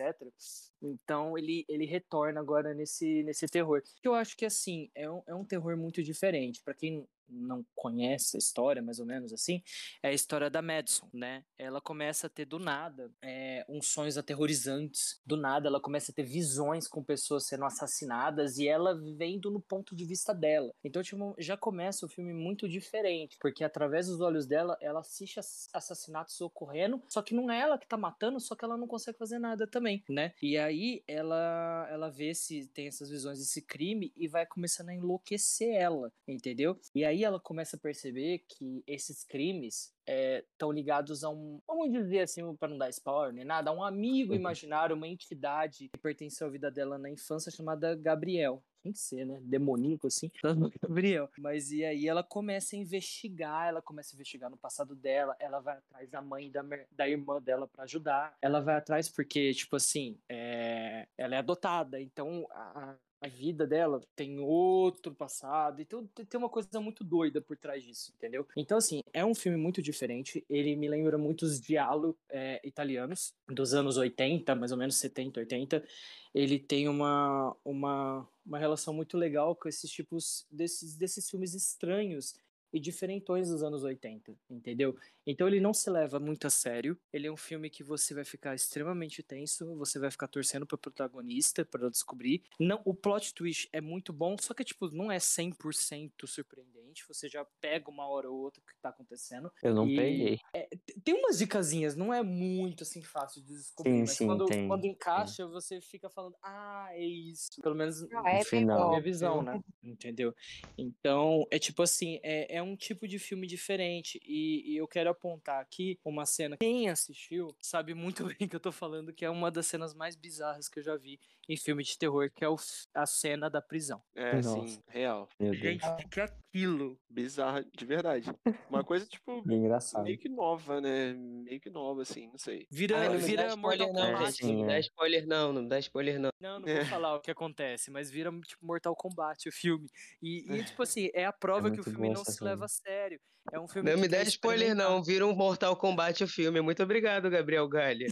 [SPEAKER 6] Então ele, ele retorna agora nesse, nesse terror. Que eu acho que, assim, é um, é um terror muito diferente. para quem não conhece a história, mais ou menos assim, é a história da Madison, né? Ela começa a ter do nada é, uns sonhos aterrorizantes. Do nada, ela começa a ter visões com pessoas sendo assassinadas e ela vendo no ponto de vista dela. Então, tipo, já começa o filme muito diferente, porque através dos olhos dela, ela assiste ass- assassinatos ocorrendo, só que não é ela que tá matando, só que ela não consegue fazer nada também, né? E aí ela, ela vê se tem essas visões desse crime e vai começando a enlouquecer ela, entendeu? E aí aí ela começa a perceber que esses crimes estão ligados a um, vamos dizer assim, para não dar spoiler nem nada, a um amigo
[SPEAKER 5] Uhum.
[SPEAKER 6] imaginário, uma entidade que pertenceu à vida dela na infância chamada Gabriel. Tem que ser, né? Demoníaco, assim. chamado Gabriel. Mas e aí ela começa a investigar, ela começa a investigar no passado dela, ela vai atrás da mãe e da, mer- da irmã dela para ajudar. Ela vai atrás porque, tipo assim, é, ela é adotada, então a, a- a vida dela tem outro passado, então te- tem uma coisa muito doida por trás disso, entendeu? Então, assim, é um filme muito diferente, ele me lembra muitos diálogos é, italianos dos anos 80, mais ou menos 70, 80. Ele tem uma, uma, uma relação muito legal com esses tipos, desses, desses filmes estranhos e diferentões dos anos 80, entendeu? Então ele não se leva muito a sério. Ele é um filme que você vai ficar extremamente tenso, você vai ficar torcendo pro protagonista para descobrir. Não, o plot twist é muito bom, só que tipo, não é 100% surpreendente. Você já pega uma hora ou outra o que tá acontecendo.
[SPEAKER 5] Eu não
[SPEAKER 6] E-
[SPEAKER 5] peguei.
[SPEAKER 6] É, Tem umas dicasinhas, não é muito assim fácil de descobrir,
[SPEAKER 5] Sim,
[SPEAKER 6] mas
[SPEAKER 5] sim,
[SPEAKER 6] quando,
[SPEAKER 5] tem,
[SPEAKER 6] quando encaixa, você fica falando: "Ah, é isso". Pelo menos
[SPEAKER 5] é
[SPEAKER 2] é
[SPEAKER 5] bem final.
[SPEAKER 6] minha visão, né? Entendeu? Então, é tipo assim, é, é um tipo de filme diferente. E, e eu quero apontar aqui uma cena. Quem assistiu sabe muito bem que eu tô falando, que é uma das cenas mais bizarras que eu já vi em filme de terror, que é o f- a cena da prisão.
[SPEAKER 4] É,
[SPEAKER 5] Nossa.
[SPEAKER 4] sim, real.
[SPEAKER 5] Meu Deus.
[SPEAKER 6] Gente, o que é aquilo?
[SPEAKER 4] Bizarra, de verdade. Uma coisa, tipo,
[SPEAKER 5] Bem É engraçado.
[SPEAKER 4] meio que nova, né? Meio que nova, assim, não sei.
[SPEAKER 5] Ah,
[SPEAKER 6] Vira,
[SPEAKER 5] é
[SPEAKER 1] Ai, não me dá
[SPEAKER 6] vira Mortal
[SPEAKER 1] spoiler não,
[SPEAKER 6] Kombat.
[SPEAKER 1] gente, não me dá spoiler não, não me dá spoiler não.
[SPEAKER 6] Não,
[SPEAKER 5] É.
[SPEAKER 6] não vou falar o que acontece, mas vira tipo Mortal Kombat o filme. E, e, tipo assim, é a prova que o
[SPEAKER 5] muito
[SPEAKER 6] filme
[SPEAKER 5] bom
[SPEAKER 6] não
[SPEAKER 5] essa
[SPEAKER 6] se
[SPEAKER 5] cena.
[SPEAKER 6] leva a sério. É um filme
[SPEAKER 1] Não
[SPEAKER 6] que
[SPEAKER 1] me dá
[SPEAKER 6] quer
[SPEAKER 1] spoiler
[SPEAKER 6] experimentar.
[SPEAKER 1] não, vira um Mortal Kombat o filme. Muito obrigado, Gabriel Galha.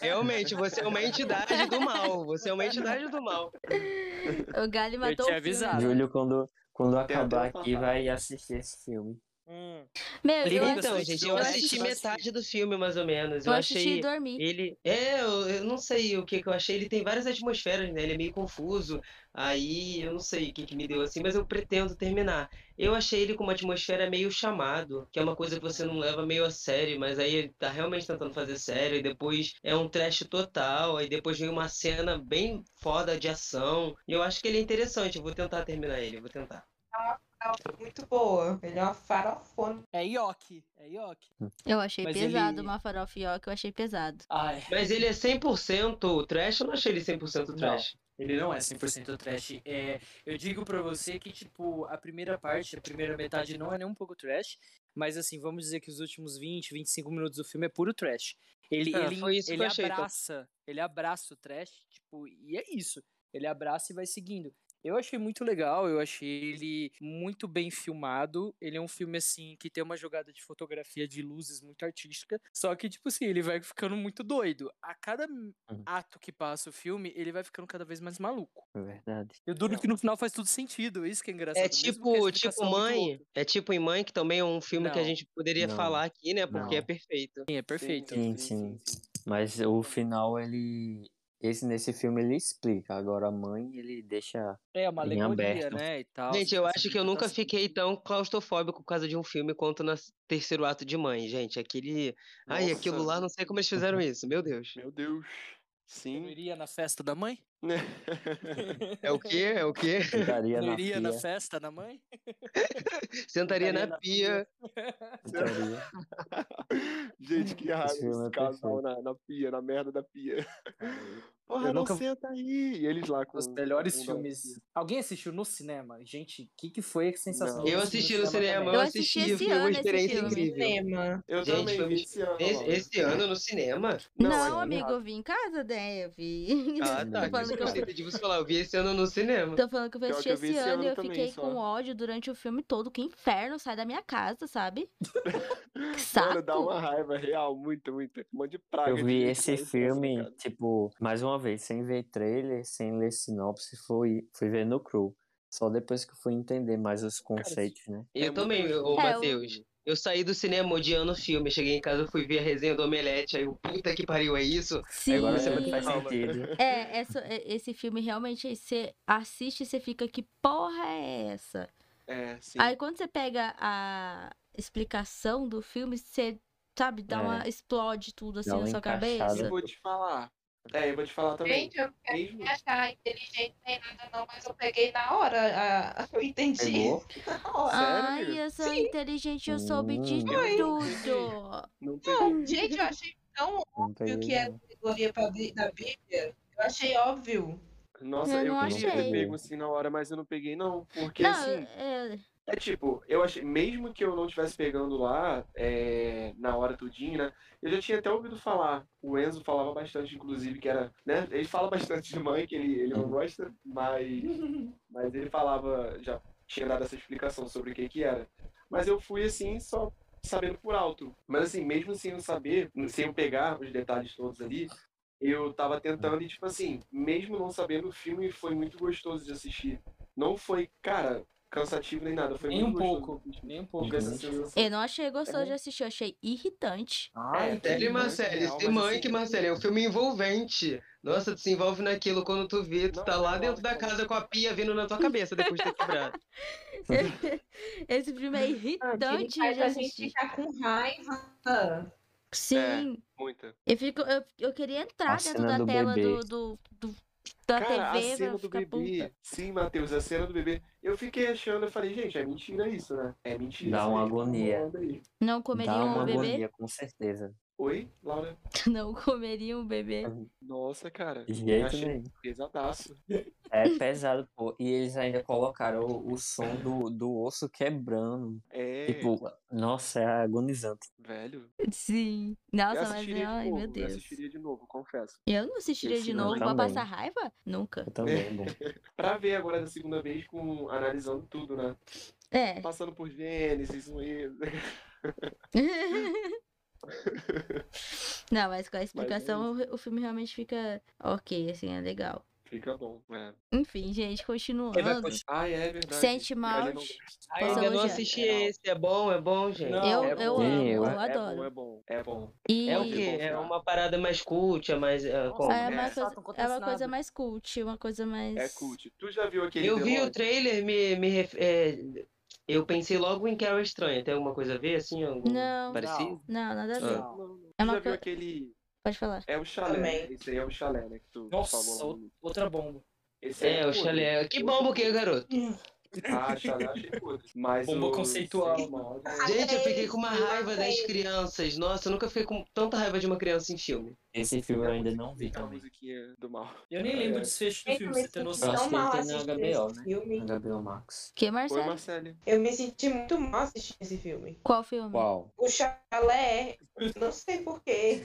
[SPEAKER 1] Realmente, você é uma entidade do mal, você é uma entidade do mal.
[SPEAKER 3] O Gali matou
[SPEAKER 6] tinha
[SPEAKER 3] o filme.
[SPEAKER 6] avisado.
[SPEAKER 5] Júlio, quando, quando
[SPEAKER 4] Tem até
[SPEAKER 5] acabar
[SPEAKER 4] um
[SPEAKER 5] aqui,
[SPEAKER 4] fantasma.
[SPEAKER 5] vai assistir esse filme.
[SPEAKER 6] Hum.
[SPEAKER 3] Meu, eu,
[SPEAKER 6] Liga
[SPEAKER 3] eu,
[SPEAKER 1] Então,
[SPEAKER 6] assisti-
[SPEAKER 1] gente,
[SPEAKER 6] eu
[SPEAKER 1] eu assisti
[SPEAKER 6] assisti-
[SPEAKER 1] metade do filme, mais ou menos. Eu
[SPEAKER 3] assisti
[SPEAKER 1] achei
[SPEAKER 3] e dormi.
[SPEAKER 1] ele. É, eu, eu não sei o que, que eu achei. Ele tem várias atmosferas, né? Ele é meio confuso. Aí eu não sei o que, que me deu assim, mas eu pretendo terminar. Eu achei ele com uma atmosfera meio chamado, que é uma coisa que você não leva meio a sério, mas aí ele tá realmente tentando fazer sério. E depois é um trash total. Aí depois vem uma cena bem foda de ação. E eu acho que ele é interessante. Eu vou tentar terminar ele, eu vou tentar.
[SPEAKER 2] farofa muito boa. Ele é uma farofona.
[SPEAKER 6] É Ioki, é Ioki.
[SPEAKER 3] Eu achei
[SPEAKER 6] Mas
[SPEAKER 3] pesado
[SPEAKER 6] ele-
[SPEAKER 3] uma farofió que eu achei pesado.
[SPEAKER 6] Ai,
[SPEAKER 1] Mas ele é 100% trash? Eu não achei ele 100%
[SPEAKER 6] Não.
[SPEAKER 1] trash.
[SPEAKER 6] Ele
[SPEAKER 7] não é 100% trash. É, eu digo pra você que, tipo, a primeira parte, a primeira metade não é nem um pouco trash, mas assim, vamos dizer que os últimos 20, 25 minutos do filme é puro trash. Ele,
[SPEAKER 1] Ah,
[SPEAKER 6] ele,
[SPEAKER 1] foi isso que
[SPEAKER 6] ele
[SPEAKER 1] eu achei, então.
[SPEAKER 6] abraça, ele abraça o trash, tipo, e é isso. Ele abraça e vai seguindo. Eu achei muito legal, eu achei ele muito bem filmado. Ele é um filme, assim, que tem uma jogada de fotografia de luzes muito artística. Só que, tipo assim, ele vai ficando muito doido. A cada ato que passa o filme, ele vai ficando cada vez mais maluco.
[SPEAKER 5] É verdade.
[SPEAKER 6] Eu duro que no final faz tudo sentido, isso que é engraçado.
[SPEAKER 1] É
[SPEAKER 6] mesmo que a
[SPEAKER 1] tipo, tipo
[SPEAKER 6] explicação muito
[SPEAKER 1] mãe,
[SPEAKER 6] louca.
[SPEAKER 1] é tipo em mãe, que também é um filme que a
[SPEAKER 6] Não.
[SPEAKER 1] gente poderia
[SPEAKER 5] Não.
[SPEAKER 1] falar aqui, né? Porque
[SPEAKER 5] Não.
[SPEAKER 1] é perfeito.
[SPEAKER 6] Sim, é perfeito.
[SPEAKER 5] Sim, sim. Mas o final, ele. Esse, nesse filme ele explica. Agora a mãe, ele deixa.
[SPEAKER 6] É uma
[SPEAKER 5] Em
[SPEAKER 6] alegoria,
[SPEAKER 5] aberto.
[SPEAKER 6] né, e tal.
[SPEAKER 1] gente, eu
[SPEAKER 6] essa
[SPEAKER 1] acho que eu nunca
[SPEAKER 6] interpretação.
[SPEAKER 1] fiquei tão claustrofóbico por causa de um filme quanto no terceiro ato de mãe, gente. Aquele. Ai,
[SPEAKER 4] Nossa.
[SPEAKER 1] aquilo lá, não sei como eles fizeram isso, meu Deus.
[SPEAKER 4] Meu Deus.
[SPEAKER 6] Eu
[SPEAKER 4] Sim.
[SPEAKER 6] iria na festa da mãe?
[SPEAKER 1] É o quê? É o quê?
[SPEAKER 5] Sentaria
[SPEAKER 6] Eu
[SPEAKER 5] na
[SPEAKER 6] iria
[SPEAKER 5] pia.
[SPEAKER 6] na festa da mãe?
[SPEAKER 1] Sentaria na pia.
[SPEAKER 5] sentaria.
[SPEAKER 4] Gente, que raiva
[SPEAKER 5] filme é
[SPEAKER 4] esse casal
[SPEAKER 5] perfeito.
[SPEAKER 4] na, na pia, na merda da pia. Porra,
[SPEAKER 6] Eu
[SPEAKER 4] não
[SPEAKER 6] nunca-
[SPEAKER 4] senta aí. E eles lá com
[SPEAKER 6] Os melhores
[SPEAKER 4] com o
[SPEAKER 6] filmes. Alguém assistiu no cinema? Gente, o que, que foi a sensação?
[SPEAKER 4] Não.
[SPEAKER 6] de
[SPEAKER 1] Eu
[SPEAKER 6] assistir
[SPEAKER 1] assisti no cinema, eu
[SPEAKER 6] também?
[SPEAKER 3] Eu
[SPEAKER 1] assisti,
[SPEAKER 3] assisti esse
[SPEAKER 1] foi uma
[SPEAKER 3] ano esse
[SPEAKER 1] experiência
[SPEAKER 3] filme.
[SPEAKER 1] incrível.
[SPEAKER 2] Cinema.
[SPEAKER 4] Eu
[SPEAKER 1] Gente, foi
[SPEAKER 4] também vi
[SPEAKER 1] muito-
[SPEAKER 4] esse ano.
[SPEAKER 1] Esse,
[SPEAKER 4] Laura.
[SPEAKER 1] esse ano no cinema?
[SPEAKER 3] Não,
[SPEAKER 4] assim,
[SPEAKER 3] amigo,
[SPEAKER 4] errado.
[SPEAKER 3] eu vi em casa, Deve.
[SPEAKER 1] Ah, tá. Que isso
[SPEAKER 5] Tô
[SPEAKER 3] falando
[SPEAKER 1] que
[SPEAKER 3] que
[SPEAKER 1] eu
[SPEAKER 3] eu-
[SPEAKER 1] gostei de você falar. Eu vi esse ano no cinema.
[SPEAKER 3] Tô falando que eu
[SPEAKER 4] Pior
[SPEAKER 3] assisti
[SPEAKER 4] que eu
[SPEAKER 3] esse,
[SPEAKER 4] vi esse
[SPEAKER 3] ano
[SPEAKER 4] ano
[SPEAKER 3] e eu
[SPEAKER 4] também,
[SPEAKER 3] fiquei
[SPEAKER 4] só.
[SPEAKER 3] com ódio durante o filme todo. Que inferno, sai da minha casa, sabe? Que saco.
[SPEAKER 4] Mano, dá uma raiva real, muito, muito. Um monte de praga.
[SPEAKER 5] Eu
[SPEAKER 4] de é,
[SPEAKER 5] vi
[SPEAKER 4] gente
[SPEAKER 5] esse
[SPEAKER 4] lá em casa,
[SPEAKER 5] filme,
[SPEAKER 4] cara.
[SPEAKER 5] tipo, mais uma vez, sem ver trailer, sem ler sinopse, fui, fui ver no cru. Só depois que eu fui entender mais os conceitos, né?
[SPEAKER 1] Eu
[SPEAKER 4] É muito
[SPEAKER 1] também, ô
[SPEAKER 3] É, eu-
[SPEAKER 1] Matheus. Eu saí do cinema odiando o filme. Cheguei em casa, fui ver a resenha do Omelete. Aí, eu, puta que pariu, é isso?
[SPEAKER 3] Sim.
[SPEAKER 5] Agora você
[SPEAKER 1] vai
[SPEAKER 5] faz
[SPEAKER 1] Calma.
[SPEAKER 5] sentido.
[SPEAKER 3] É, essa- é- esse filme realmente você assiste e você fica, que porra é essa?
[SPEAKER 4] É, sim.
[SPEAKER 3] Aí quando você pega a explicação do filme, você, sabe, dá
[SPEAKER 5] É.
[SPEAKER 3] uma. explode tudo assim
[SPEAKER 5] Dá
[SPEAKER 3] na
[SPEAKER 5] uma
[SPEAKER 3] sua
[SPEAKER 5] encaixada.
[SPEAKER 3] cabeça.
[SPEAKER 4] Eu vou te falar. É, eu vou te falar também.
[SPEAKER 2] Gente, é, eu quero
[SPEAKER 4] Mesmo-
[SPEAKER 2] me achar inteligente nem nada não, mas eu peguei na hora. ah, eu entendi
[SPEAKER 5] Pegou?
[SPEAKER 2] na hora.
[SPEAKER 3] Ai, eu sou
[SPEAKER 2] Sim.
[SPEAKER 3] inteligente, eu soube de
[SPEAKER 5] Hum.
[SPEAKER 3] tudo.
[SPEAKER 4] Não tem.
[SPEAKER 2] Não, gente, eu achei tão
[SPEAKER 5] Não
[SPEAKER 2] óbvio que
[SPEAKER 3] é
[SPEAKER 2] era alegoria pra, Bí- da Bíblia. Eu achei óbvio.
[SPEAKER 4] Nossa,
[SPEAKER 3] Eu
[SPEAKER 4] eu,
[SPEAKER 3] não
[SPEAKER 4] queria ter
[SPEAKER 5] achei.
[SPEAKER 4] pego assim na hora, mas eu não peguei, não. Porque
[SPEAKER 3] Não,
[SPEAKER 4] assim.
[SPEAKER 3] eu-
[SPEAKER 4] É tipo, eu achei, mesmo que eu não estivesse pegando lá, é, na hora tudinho, né? Eu já tinha até ouvido falar. O Enzo falava bastante, inclusive, que era, né? Ele fala bastante de mãe, que ele, ele não gosta, mas, mas ele falava, já tinha dado essa explicação sobre o que que era. Mas eu fui assim, só sabendo por alto. Mas assim, mesmo sem eu saber, sem eu pegar os detalhes todos ali, eu tava tentando e, tipo assim, mesmo não sabendo, o filme foi muito gostoso de assistir. Não foi, cara, cansativo nem nada. Foi
[SPEAKER 8] Nem um
[SPEAKER 4] muito gostoso
[SPEAKER 8] pouco.
[SPEAKER 4] de assistir. Tipo, assim,
[SPEAKER 8] Nem um pouco.
[SPEAKER 4] Tive essa sensação.
[SPEAKER 3] eu não achei gostoso de assistir, eu achei irritante.
[SPEAKER 8] Ai,
[SPEAKER 4] É,
[SPEAKER 8] que
[SPEAKER 4] ele
[SPEAKER 1] Série,
[SPEAKER 4] Mãe,
[SPEAKER 1] Marcele,
[SPEAKER 4] real,
[SPEAKER 1] Ah, tem
[SPEAKER 4] mas
[SPEAKER 1] mãe
[SPEAKER 4] assim-
[SPEAKER 1] que, Marcele, é um filme envolvente. Nossa, tu se envolve naquilo quando tu vê, tu
[SPEAKER 4] Não,
[SPEAKER 1] tá lá
[SPEAKER 4] não,
[SPEAKER 1] dentro da
[SPEAKER 4] não.
[SPEAKER 1] casa com a pia vindo na tua cabeça depois de ter quebrado.
[SPEAKER 3] Esse filme é
[SPEAKER 2] Ah, Ele
[SPEAKER 3] irritante
[SPEAKER 2] faz
[SPEAKER 3] de
[SPEAKER 2] a gente
[SPEAKER 3] assistir.
[SPEAKER 2] ficar com raiva.
[SPEAKER 3] Sim.
[SPEAKER 4] Muita.
[SPEAKER 3] Eu, fico, eu, eu queria entrar
[SPEAKER 5] A
[SPEAKER 3] dentro
[SPEAKER 5] cena
[SPEAKER 3] da
[SPEAKER 5] do
[SPEAKER 3] tela
[SPEAKER 5] bebê.
[SPEAKER 3] do, do, do- da
[SPEAKER 4] Cara, a
[SPEAKER 3] TV
[SPEAKER 4] cena
[SPEAKER 3] pra
[SPEAKER 4] do
[SPEAKER 3] ficar puta.
[SPEAKER 4] bebê. Sim, Matheus, a cena do bebê. Eu fiquei achando, eu falei, gente, é mentira isso, né? É mentira.
[SPEAKER 5] Dá
[SPEAKER 4] isso
[SPEAKER 5] uma
[SPEAKER 4] aí, tá
[SPEAKER 5] agonia.
[SPEAKER 4] rolando aí.
[SPEAKER 3] Não comeria
[SPEAKER 5] Dá uma
[SPEAKER 3] um bebê?
[SPEAKER 5] agonia, com certeza.
[SPEAKER 4] Oi, Laura?
[SPEAKER 3] Não comeria um bebê.
[SPEAKER 4] Nossa, cara.
[SPEAKER 5] De jeito
[SPEAKER 4] Achei-
[SPEAKER 5] nenhum.
[SPEAKER 4] Pesadaço.
[SPEAKER 5] É pesado, pô. E eles ainda colocaram o, o som do, do osso quebrando.
[SPEAKER 4] É,
[SPEAKER 5] Tipo, nossa, é agonizante.
[SPEAKER 4] velho.
[SPEAKER 3] Sim. Nossa,
[SPEAKER 4] eu
[SPEAKER 3] mas é,
[SPEAKER 4] assistiria de
[SPEAKER 3] ai,
[SPEAKER 4] novo,
[SPEAKER 3] meu
[SPEAKER 4] Eu
[SPEAKER 3] Deus.
[SPEAKER 4] assistiria de novo, confesso.
[SPEAKER 3] Eu não assistiria
[SPEAKER 4] Esse
[SPEAKER 3] de
[SPEAKER 4] eu
[SPEAKER 3] novo pra
[SPEAKER 5] também.
[SPEAKER 3] passar raiva? Nunca.
[SPEAKER 5] Eu
[SPEAKER 1] É.
[SPEAKER 5] também, bom.
[SPEAKER 4] Pra ver agora da segunda vez, com, analisando tudo, né?
[SPEAKER 3] É.
[SPEAKER 4] Passando por Gênesis, um erro.
[SPEAKER 3] não, mas com a explicação o, o filme realmente fica ok, assim, é legal.
[SPEAKER 4] Fica bom. É.
[SPEAKER 3] Enfim,
[SPEAKER 8] Ele
[SPEAKER 3] gente,
[SPEAKER 8] vai
[SPEAKER 3] continuando.
[SPEAKER 8] continuar.
[SPEAKER 4] Ah, é verdade.
[SPEAKER 3] Sente
[SPEAKER 4] Mas eu não
[SPEAKER 3] malte.
[SPEAKER 4] gosto.
[SPEAKER 1] Ainda não
[SPEAKER 3] Passou Ah, já.
[SPEAKER 1] assisti esse. É bom, é bom, gente.
[SPEAKER 8] Não,
[SPEAKER 3] Eu,
[SPEAKER 8] é
[SPEAKER 3] eu
[SPEAKER 8] bom.
[SPEAKER 3] amo,
[SPEAKER 5] Sim, eu-
[SPEAKER 3] eu
[SPEAKER 4] é
[SPEAKER 3] adoro.
[SPEAKER 4] Bom, é bom, é bom.
[SPEAKER 3] E
[SPEAKER 1] É o quê? É uma parada mais cult, é mais. é, como?
[SPEAKER 3] é
[SPEAKER 4] É,
[SPEAKER 3] uma,
[SPEAKER 8] só
[SPEAKER 3] coisa,
[SPEAKER 8] não acontece
[SPEAKER 3] é uma coisa
[SPEAKER 8] nada.
[SPEAKER 3] mais cult, uma coisa mais.
[SPEAKER 4] É cult. Tu já viu aquele
[SPEAKER 1] Eu
[SPEAKER 4] The
[SPEAKER 1] vi o
[SPEAKER 4] Lodge?
[SPEAKER 1] trailer, me, me ref- é, eu pensei logo em Carol Estranha. Tem alguma coisa a ver, assim? Algum...
[SPEAKER 3] Não.
[SPEAKER 1] Parecido?
[SPEAKER 3] Não, nada a ver.
[SPEAKER 6] Ah.
[SPEAKER 4] Não, não, não. Tu já
[SPEAKER 3] É uma
[SPEAKER 4] viu
[SPEAKER 3] coisa-
[SPEAKER 4] aquele...
[SPEAKER 3] Pode falar.
[SPEAKER 4] É o chalé, né?
[SPEAKER 2] Também.
[SPEAKER 4] Esse aí é o chalé, né? Que tu
[SPEAKER 8] Nossa,
[SPEAKER 4] falou.
[SPEAKER 8] ou- outra bomba.
[SPEAKER 4] Esse aí
[SPEAKER 1] É, o
[SPEAKER 4] podre.
[SPEAKER 1] chalé. Que bom porque, garoto.
[SPEAKER 4] Ah, chalé eu achei podre. Mas
[SPEAKER 8] Bomba
[SPEAKER 4] o- é
[SPEAKER 8] conceitual.
[SPEAKER 4] Sente Malte-
[SPEAKER 1] Gente, eu fiquei com uma
[SPEAKER 2] Adorei,
[SPEAKER 1] raiva das
[SPEAKER 2] adorei.
[SPEAKER 1] crianças. Nossa, eu nunca fiquei com tanta raiva de uma criança em filme.
[SPEAKER 5] Esse filme eu ainda não vi
[SPEAKER 1] Então,
[SPEAKER 4] Aquela
[SPEAKER 5] também.
[SPEAKER 4] musiquinha do mal.
[SPEAKER 8] Eu nem
[SPEAKER 6] É
[SPEAKER 8] lembro o desfecho do
[SPEAKER 2] Eu
[SPEAKER 8] filme, você tem
[SPEAKER 2] também fiquei
[SPEAKER 5] Eu
[SPEAKER 8] noção.
[SPEAKER 5] acho
[SPEAKER 2] tão
[SPEAKER 5] que ele
[SPEAKER 2] mal
[SPEAKER 5] tem no
[SPEAKER 2] assistindo
[SPEAKER 5] HBO,
[SPEAKER 2] esse
[SPEAKER 5] né?
[SPEAKER 2] filme.
[SPEAKER 5] HBO Max.
[SPEAKER 3] Que,
[SPEAKER 4] Oi,
[SPEAKER 3] Marcelo?
[SPEAKER 4] Marcele.
[SPEAKER 2] Eu me senti muito mal assistindo esse filme.
[SPEAKER 3] Qual filme?
[SPEAKER 5] Qual?
[SPEAKER 2] O chalé, não sei porquê,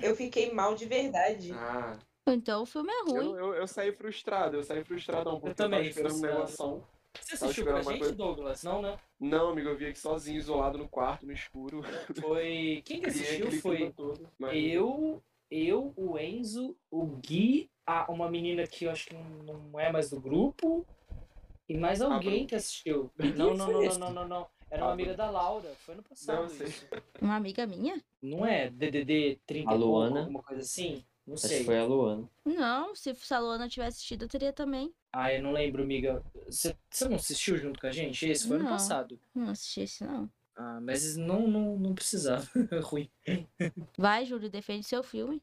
[SPEAKER 2] eu fiquei mal de verdade.
[SPEAKER 4] Ah,
[SPEAKER 3] Então o filme é ruim.
[SPEAKER 4] eu, eu, eu saí frustrado, eu saí frustradão, porque eu,
[SPEAKER 8] também,
[SPEAKER 4] tava esperando um
[SPEAKER 8] frustrado.
[SPEAKER 4] negócio.
[SPEAKER 8] Você assistiu
[SPEAKER 4] Tava
[SPEAKER 8] com a
[SPEAKER 4] esperando uma
[SPEAKER 8] gente,
[SPEAKER 4] coisa.
[SPEAKER 8] Douglas? Não, né?
[SPEAKER 4] Não, amigo, eu vi aqui sozinho, isolado no quarto, no escuro.
[SPEAKER 8] Foi. Quem
[SPEAKER 6] é
[SPEAKER 8] que
[SPEAKER 4] E
[SPEAKER 8] assistiu
[SPEAKER 4] aquele clima
[SPEAKER 8] foi
[SPEAKER 4] todo, mas-
[SPEAKER 8] eu, eu, o Enzo, o Gui, a, uma menina que eu acho que não, não é mais do grupo, e mais alguém
[SPEAKER 4] Bruna.
[SPEAKER 8] que assistiu.
[SPEAKER 4] Que
[SPEAKER 8] Não, não,
[SPEAKER 4] dia foi
[SPEAKER 8] não, não,
[SPEAKER 4] esse?
[SPEAKER 8] não, não, não. Era
[SPEAKER 4] Ah,
[SPEAKER 8] uma amiga da Laura, foi no passado.
[SPEAKER 4] Não sei.
[SPEAKER 8] isso.
[SPEAKER 3] Uma amiga minha?
[SPEAKER 8] Não é DDD 30
[SPEAKER 5] A
[SPEAKER 8] e pouco,
[SPEAKER 5] Luana?
[SPEAKER 8] alguma coisa assim? Não
[SPEAKER 5] Acho que
[SPEAKER 8] sei.
[SPEAKER 5] foi a Luana.
[SPEAKER 3] Não, se a Luana tivesse assistido, eu teria também.
[SPEAKER 8] Ah, eu não lembro, amiga. Você você não assistiu junto com a gente? Esse foi
[SPEAKER 3] Não.
[SPEAKER 8] no passado.
[SPEAKER 3] Não assisti isso, não.
[SPEAKER 8] Ah, mas não, não, não precisava. Ruim.
[SPEAKER 3] Vai, Júlio, defende seu filme.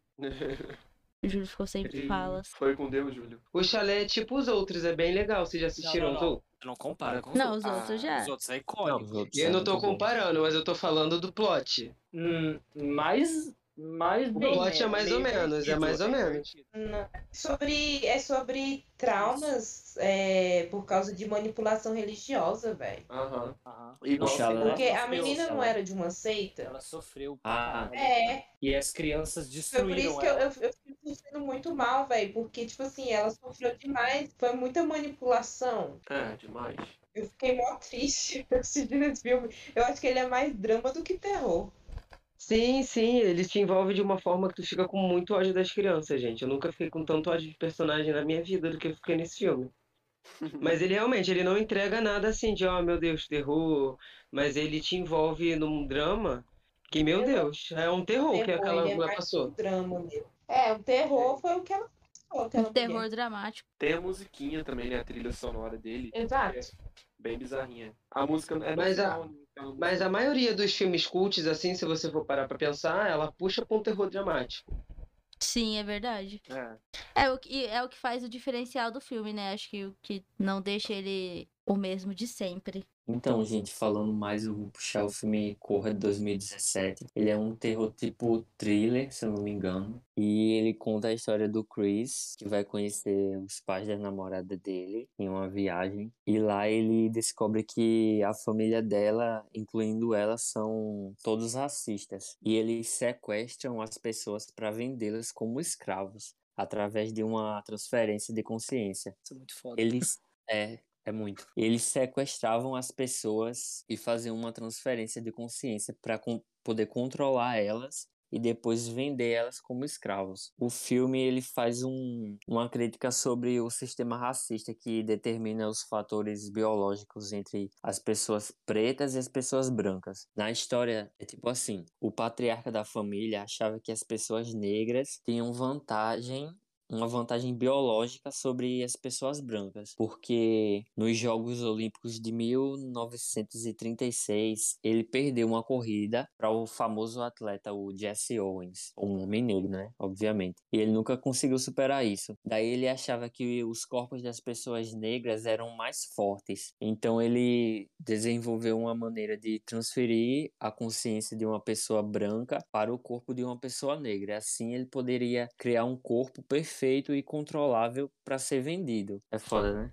[SPEAKER 3] O Júlio ficou sempre falas.
[SPEAKER 4] Foi com Deus, Júlio.
[SPEAKER 1] O chalé é tipo os outros, é bem legal. Vocês já assistiram
[SPEAKER 8] Não,
[SPEAKER 1] os
[SPEAKER 8] não,
[SPEAKER 1] outros?
[SPEAKER 8] Não compara com
[SPEAKER 3] Não, os outros
[SPEAKER 4] Ah,
[SPEAKER 3] já.
[SPEAKER 8] outros é
[SPEAKER 5] Não, os outros
[SPEAKER 1] Eu
[SPEAKER 5] são
[SPEAKER 1] não tô
[SPEAKER 5] muito bons.
[SPEAKER 1] comparando, mas eu tô falando do plot.
[SPEAKER 8] Hum, mais. Mais
[SPEAKER 1] O
[SPEAKER 8] bem,
[SPEAKER 1] plot
[SPEAKER 8] né?
[SPEAKER 1] é mais ou
[SPEAKER 8] Meio
[SPEAKER 1] menos, é mais ou
[SPEAKER 8] divertido,
[SPEAKER 1] menos.
[SPEAKER 2] Não. Sobre, é sobre traumas é, por causa de manipulação religiosa, velho.
[SPEAKER 4] Aham.
[SPEAKER 8] Aham.
[SPEAKER 4] E
[SPEAKER 5] O
[SPEAKER 4] nossa,
[SPEAKER 5] Shalom.
[SPEAKER 2] Porque a
[SPEAKER 8] sofreu,
[SPEAKER 2] menina não
[SPEAKER 8] ela-
[SPEAKER 2] era de uma seita.
[SPEAKER 8] Ela sofreu.
[SPEAKER 5] Ah.
[SPEAKER 8] Ah,
[SPEAKER 2] É,
[SPEAKER 8] E as crianças
[SPEAKER 2] foi por
[SPEAKER 8] destruíram
[SPEAKER 2] isso que eu,
[SPEAKER 8] ela.
[SPEAKER 2] eu, eu fiquei me sentindo muito mal, velho. Porque, tipo assim, ela sofreu demais. Foi muita manipulação.
[SPEAKER 4] é demais.
[SPEAKER 2] Eu fiquei mó triste assistindo esse filme. Eu acho que ele é mais drama do que terror.
[SPEAKER 1] Sim, sim, ele te envolve de uma forma que tu fica com muito ódio das crianças, gente. Eu nunca fiquei com tanto ódio de personagem na minha vida do que eu fiquei nesse filme. Mas ele realmente, ele não entrega nada assim de, oh meu Deus, terror, mas ele te envolve num drama que, meu
[SPEAKER 2] Terror.
[SPEAKER 1] Deus, é um terror que
[SPEAKER 2] Terror,
[SPEAKER 1] aquela
[SPEAKER 2] ele é
[SPEAKER 1] mulher
[SPEAKER 2] mais um
[SPEAKER 1] passou.
[SPEAKER 2] drama mesmo. É, o terror foi o que ela falou.
[SPEAKER 3] Um terror dramático.
[SPEAKER 4] Tem a musiquinha também, né? A trilha sonora dele.
[SPEAKER 2] Exato.
[SPEAKER 4] Bem bizarrinha. A música é
[SPEAKER 1] Mas a-
[SPEAKER 4] nacional, né, então-
[SPEAKER 1] Mas a maioria dos filmes cults, assim, se você for parar pra pensar, ela puxa pra um terror dramático.
[SPEAKER 3] Sim, é verdade.
[SPEAKER 4] É.
[SPEAKER 3] É o, que, é o que faz o diferencial do filme, né? Acho que o que não deixa ele o mesmo de sempre.
[SPEAKER 5] Então, gente, falando mais, eu vou puxar o filme Corra de 2017. Ele é um terror tipo thriller, se eu não me engano. E ele conta a história do Chris, que vai conhecer os pais da namorada dele em uma viagem. E lá ele descobre que a família dela, incluindo ela, são todos racistas. E eles sequestram as pessoas para vendê-las como escravos, através de uma transferência de consciência.
[SPEAKER 8] Isso é muito foda.
[SPEAKER 5] Eles. É, é muito. Eles sequestravam as pessoas e faziam uma transferência de consciência para poder controlar elas e depois vender elas como escravos. O filme ele faz um- uma crítica sobre o sistema racista que determina os fatores biológicos entre as pessoas pretas e as pessoas brancas. Na história é tipo assim, o patriarca da família achava que as pessoas negras tinham vantagem uma vantagem biológica sobre as pessoas brancas, porque nos Jogos Olímpicos de 1936 ele perdeu uma corrida para o famoso atleta o Jesse Owens, um homem negro, né? Obviamente. E ele nunca conseguiu superar isso. Daí ele achava que os corpos das pessoas negras eram mais fortes. Então ele desenvolveu uma maneira de transferir a consciência de uma pessoa branca para o corpo de uma pessoa negra. Assim ele poderia criar um corpo perfeito e controlável para ser vendido. É foda, né?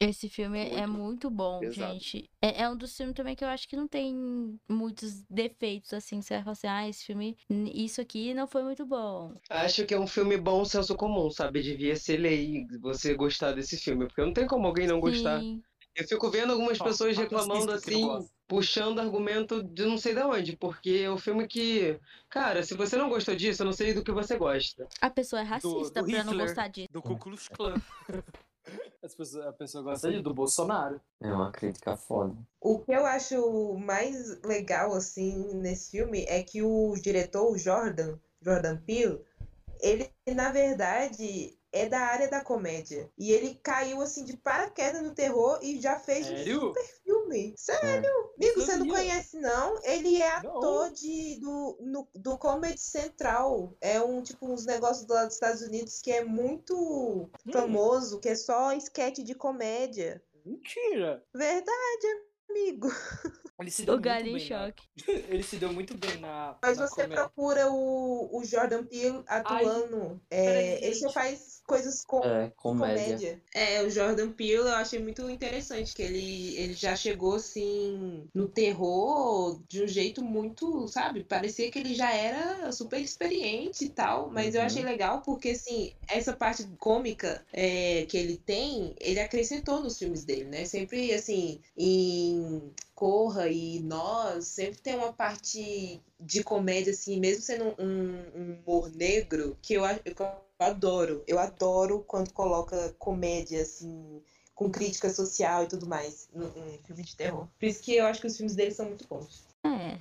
[SPEAKER 3] Esse filme é
[SPEAKER 4] Muito.
[SPEAKER 3] muito bom,
[SPEAKER 4] Exato.
[SPEAKER 3] gente. É, é um dos filmes também que eu acho que não tem muitos defeitos, assim. Você fala assim, ah, esse filme, n- isso aqui não foi muito bom.
[SPEAKER 1] Acho que é um filme bom senso comum, sabe? Devia ser lei você gostar desse filme, porque não tem como alguém não gostar.
[SPEAKER 3] Sim.
[SPEAKER 1] Eu fico vendo algumas
[SPEAKER 6] Ó,
[SPEAKER 1] pessoas
[SPEAKER 6] fala
[SPEAKER 1] reclamando
[SPEAKER 6] isso que eu
[SPEAKER 1] assim,
[SPEAKER 6] não gosto.
[SPEAKER 1] puxando argumento de não sei de onde, porque é um filme que, cara, se você não gostou disso, eu não sei do que você gosta.
[SPEAKER 3] A pessoa é racista
[SPEAKER 6] do
[SPEAKER 3] pra não
[SPEAKER 6] Hitler.
[SPEAKER 3] gostar disso.
[SPEAKER 6] Do
[SPEAKER 1] é?
[SPEAKER 6] Ku Klux Klan.
[SPEAKER 8] As pessoas, a pessoa gosta de, do Bolsonaro.
[SPEAKER 5] É uma crítica foda.
[SPEAKER 2] O que eu acho mais legal, assim, nesse filme é que o diretor, o Jordan, Jordan Peele, ele, na verdade, é da área da comédia. E ele caiu, assim, de paraquedas no terror e já fez um
[SPEAKER 6] Sério?
[SPEAKER 2] filme. Sério? Amigo, você não
[SPEAKER 8] Sabia.
[SPEAKER 2] conhece, não? Ele é
[SPEAKER 8] Não.
[SPEAKER 2] ator de, do, no- do Comedy Central. É um, tipo, uns negócios do lado dos Estados Unidos que é muito famoso, que é só esquete de comédia.
[SPEAKER 8] Mentira!
[SPEAKER 2] Verdade, amigo.
[SPEAKER 6] Ele se deu
[SPEAKER 3] O
[SPEAKER 6] muito
[SPEAKER 3] Galinho em
[SPEAKER 6] bem na-
[SPEAKER 3] Choque.
[SPEAKER 6] Ele se deu muito bem na.
[SPEAKER 2] Mas
[SPEAKER 6] na
[SPEAKER 2] você
[SPEAKER 6] comédia.
[SPEAKER 2] procura o, o Jordan Peele atuando. é,
[SPEAKER 6] peraí,
[SPEAKER 2] ele só
[SPEAKER 6] gente.
[SPEAKER 2] faz coisas com
[SPEAKER 5] É,
[SPEAKER 2] comédia.
[SPEAKER 5] comédia.
[SPEAKER 2] É, o Jordan Peele eu achei muito interessante, que ele, ele já chegou assim no terror de um jeito muito, sabe? Parecia que ele já era super experiente e tal, mas eu
[SPEAKER 5] Uhum.
[SPEAKER 2] achei legal porque assim, essa parte cômica é, que ele tem, ele acrescentou nos filmes dele, né? Sempre assim, em Corra e Nós, sempre tem uma parte de comédia, assim, mesmo sendo um, um humor negro, que eu, a- que eu adoro. Eu adoro quando coloca comédia, assim, com crítica social e tudo mais, num num filme de terror. Por isso que eu acho que os filmes dele são muito bons.
[SPEAKER 3] É,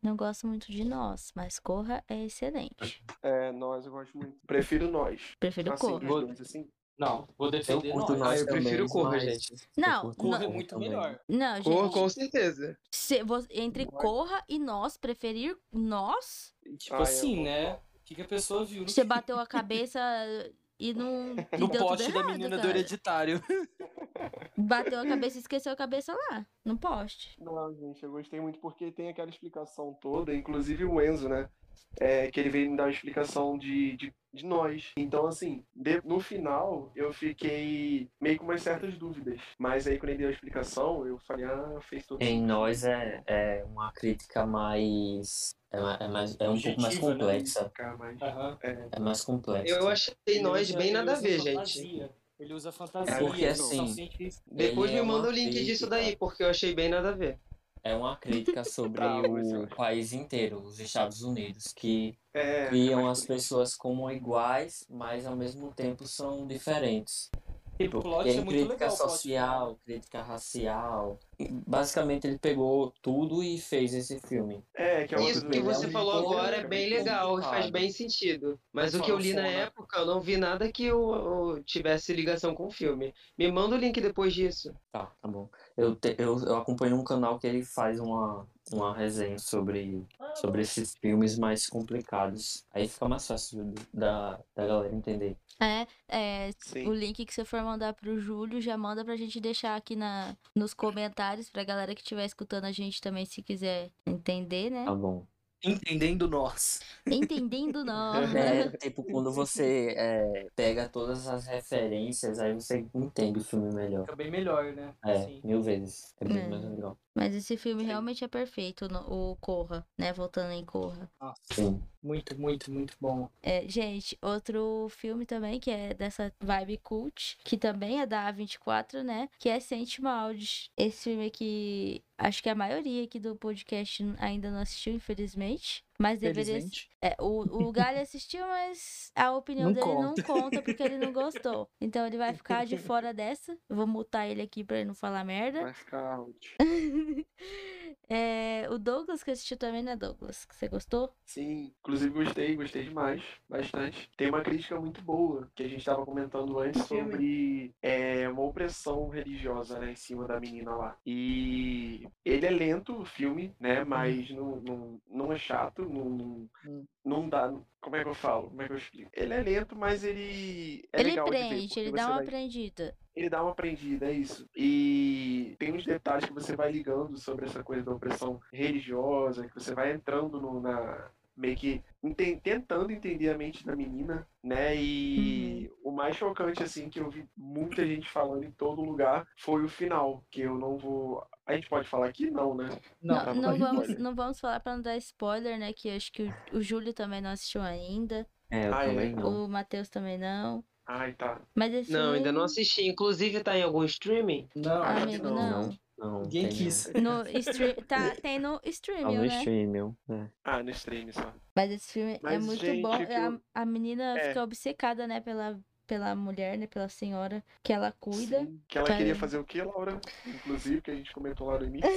[SPEAKER 3] não gosto muito de nós, mas Corra é excelente.
[SPEAKER 2] tá-
[SPEAKER 4] É, nós eu gosto muito. Prefiro nós.
[SPEAKER 3] Prefiro
[SPEAKER 4] Assim,
[SPEAKER 3] Corra.
[SPEAKER 4] os dois, assim.
[SPEAKER 6] Não, vou
[SPEAKER 5] Eu
[SPEAKER 6] defender.
[SPEAKER 5] curto
[SPEAKER 6] nós.
[SPEAKER 5] nós
[SPEAKER 1] Ah, eu
[SPEAKER 5] também,
[SPEAKER 1] prefiro Corra,
[SPEAKER 5] mas
[SPEAKER 1] gente.
[SPEAKER 3] Não,
[SPEAKER 5] eu curto
[SPEAKER 3] não-
[SPEAKER 6] Corra é
[SPEAKER 5] Nós
[SPEAKER 6] muito
[SPEAKER 5] também.
[SPEAKER 6] melhor.
[SPEAKER 3] Não,
[SPEAKER 1] Corra,
[SPEAKER 3] gente.
[SPEAKER 1] com certeza.
[SPEAKER 3] se vo- entre Corra e nós, preferir nós,
[SPEAKER 6] Tipo
[SPEAKER 4] Ah, eu
[SPEAKER 6] assim,
[SPEAKER 4] vou-
[SPEAKER 6] né? O que, que a pessoa viu?
[SPEAKER 3] você bateu a cabeça e não. e
[SPEAKER 6] No
[SPEAKER 3] deu tudo
[SPEAKER 6] poste da
[SPEAKER 3] errado,
[SPEAKER 6] menina do
[SPEAKER 3] cara.
[SPEAKER 6] hereditário.
[SPEAKER 3] Bateu a cabeça e esqueceu a cabeça lá, no poste.
[SPEAKER 4] Não, gente, eu gostei muito porque tem aquela explicação toda, inclusive o Enzo, né? É, que ele veio me dar uma explicação de, de, de nós. Então, assim, de- no final eu fiquei meio com umas certas dúvidas. Mas aí quando ele deu a explicação, eu falei, ah, fez todo
[SPEAKER 5] Em
[SPEAKER 4] sentido.
[SPEAKER 5] nós é, é uma crítica mais. É, ma- é mais, é um pouco mais
[SPEAKER 6] Objetiva, né?
[SPEAKER 5] complexa.
[SPEAKER 4] Cara, mas-
[SPEAKER 6] Aham.
[SPEAKER 5] É mais complexa.
[SPEAKER 1] Eu achei nós
[SPEAKER 6] é
[SPEAKER 1] bem nada a ver, gente.
[SPEAKER 6] Ele usa fantasia.
[SPEAKER 4] Porque,
[SPEAKER 6] ele
[SPEAKER 5] assim,
[SPEAKER 6] usa cientista.
[SPEAKER 1] Depois
[SPEAKER 5] Ele é
[SPEAKER 1] me manda
[SPEAKER 5] uma
[SPEAKER 1] o link disso
[SPEAKER 5] crítica.
[SPEAKER 1] daí, porque eu achei bem nada a ver.
[SPEAKER 5] É uma crítica sobre
[SPEAKER 4] Tá, mas eu
[SPEAKER 5] o
[SPEAKER 4] acho.
[SPEAKER 5] país inteiro, os Estados Unidos, que
[SPEAKER 4] É,
[SPEAKER 5] criam
[SPEAKER 4] mas-
[SPEAKER 5] as pessoas como iguais, mas ao mesmo tempo são diferentes.
[SPEAKER 6] E o plot
[SPEAKER 5] tem
[SPEAKER 6] é muito
[SPEAKER 5] crítica
[SPEAKER 6] legal, o plot
[SPEAKER 5] social, crítica racial, basicamente ele pegou tudo e fez esse filme.
[SPEAKER 4] É, que é uma
[SPEAKER 1] Isso
[SPEAKER 4] coisa
[SPEAKER 1] que
[SPEAKER 5] ele é
[SPEAKER 1] você
[SPEAKER 5] um
[SPEAKER 1] falou
[SPEAKER 5] ator,
[SPEAKER 1] agora é
[SPEAKER 5] é
[SPEAKER 1] bem
[SPEAKER 4] um
[SPEAKER 5] muito
[SPEAKER 1] legal e faz
[SPEAKER 5] complicado.
[SPEAKER 1] bem sentido. Mas
[SPEAKER 4] Mas
[SPEAKER 1] o que eu
[SPEAKER 4] fala,
[SPEAKER 1] li na
[SPEAKER 4] fala.
[SPEAKER 1] época, eu não vi nada que eu, eu tivesse ligação com o filme. Me manda o link depois disso.
[SPEAKER 5] Tá, tá bom. Eu, te- eu, eu acompanho um canal que ele faz uma, uma resenha sobre, sobre esses filmes mais complicados. Aí fica mais fácil do- da, da galera entender.
[SPEAKER 3] É, é,
[SPEAKER 4] Sim.
[SPEAKER 3] o link que você for mandar pro Júlio, já manda pra gente deixar aqui na, nos comentários pra galera que estiver escutando a gente também, se quiser entender, né?
[SPEAKER 5] Tá bom.
[SPEAKER 8] Entendendo nós.
[SPEAKER 3] Entendendo nós, né?
[SPEAKER 5] É tipo quando você é, pega todas as referências, aí você entende o filme melhor.
[SPEAKER 6] Fica bem melhor, né?
[SPEAKER 5] É,
[SPEAKER 6] Assim.
[SPEAKER 5] mil vezes. É bem
[SPEAKER 3] É.
[SPEAKER 5] mais legal.
[SPEAKER 3] Mas esse filme realmente é perfeito, no- o Corra, né? Voltando em Corra.
[SPEAKER 5] Sim.
[SPEAKER 6] Muito, muito, muito bom.
[SPEAKER 3] É, gente, outro filme também que é dessa vibe cult, que também é da A24, né? Que é Sentimals. Esse filme aqui, acho que a maioria aqui do podcast ainda não assistiu, infelizmente. Mas deveria
[SPEAKER 8] Felizmente.
[SPEAKER 3] É, o, o Galho assistiu, mas a opinião
[SPEAKER 8] Não
[SPEAKER 3] dele não conta porque ele não gostou. Então ele vai ficar de fora dessa. Eu Vou multar ele aqui pra ele não falar merda.
[SPEAKER 4] Vai ficar out.
[SPEAKER 3] É, o Douglas que assistiu também, né, Douglas? Que você gostou?
[SPEAKER 4] Sim, inclusive gostei, gostei demais, bastante. Tem uma crítica muito boa que a gente estava comentando antes
[SPEAKER 2] Filme.
[SPEAKER 4] sobre é, uma opressão religiosa né, em cima da menina lá. E ele é lento o filme, né?
[SPEAKER 3] Uhum.
[SPEAKER 4] Mas não, não, não é chato, não, não,
[SPEAKER 8] Hum.
[SPEAKER 4] não dá. Como é que eu falo? Como é que eu explico? Ele é lento, mas ele. É
[SPEAKER 3] ele
[SPEAKER 4] legal de ver,
[SPEAKER 3] prende,
[SPEAKER 4] porque
[SPEAKER 3] ele
[SPEAKER 4] você
[SPEAKER 3] dá uma
[SPEAKER 4] vai-
[SPEAKER 3] prendida.
[SPEAKER 4] ele dá uma aprendida, é isso. E tem uns detalhes que você vai ligando sobre essa coisa da opressão religiosa, que você vai entrando no, na. meio que enten- tentando entender a mente da menina, né? E o
[SPEAKER 3] Uhum.
[SPEAKER 4] mais chocante, assim, que eu vi muita gente falando em todo lugar foi o final, que eu não vou. A gente pode falar aqui? Não, né?
[SPEAKER 3] Não,
[SPEAKER 4] tá,
[SPEAKER 3] não
[SPEAKER 4] pode-
[SPEAKER 3] vamos,
[SPEAKER 4] pode.
[SPEAKER 3] não vamos falar pra não dar spoiler, né? Que eu acho que o, o Júlio também não assistiu ainda.
[SPEAKER 5] É, eu
[SPEAKER 4] Ah, é.
[SPEAKER 5] também não.
[SPEAKER 3] O Matheus também não.
[SPEAKER 4] Ai, tá.
[SPEAKER 3] Mas esse
[SPEAKER 1] Não,
[SPEAKER 3] filme-
[SPEAKER 1] ainda não assisti. Inclusive, tá em algum streaming?
[SPEAKER 8] Não,
[SPEAKER 3] Ah,
[SPEAKER 4] acho que
[SPEAKER 3] amigo,
[SPEAKER 4] não.
[SPEAKER 3] não.
[SPEAKER 5] Não,
[SPEAKER 8] ninguém
[SPEAKER 5] tem-
[SPEAKER 8] quis.
[SPEAKER 3] No stream... tá, tem no
[SPEAKER 5] Tá
[SPEAKER 3] streaming,
[SPEAKER 5] no
[SPEAKER 3] né?
[SPEAKER 5] streaming. É.
[SPEAKER 4] Ah, no stream só.
[SPEAKER 3] Mas esse filme é
[SPEAKER 4] Mas,
[SPEAKER 3] muito
[SPEAKER 4] gente,
[SPEAKER 3] bom.
[SPEAKER 4] que
[SPEAKER 3] A, a menina
[SPEAKER 4] É.
[SPEAKER 3] fica obcecada, né, pela, pela mulher, né, pela senhora que ela cuida.
[SPEAKER 4] Sim. Que ela
[SPEAKER 3] Tá.
[SPEAKER 4] queria fazer o quê, Laura? Inclusive, que a gente comentou lá no início.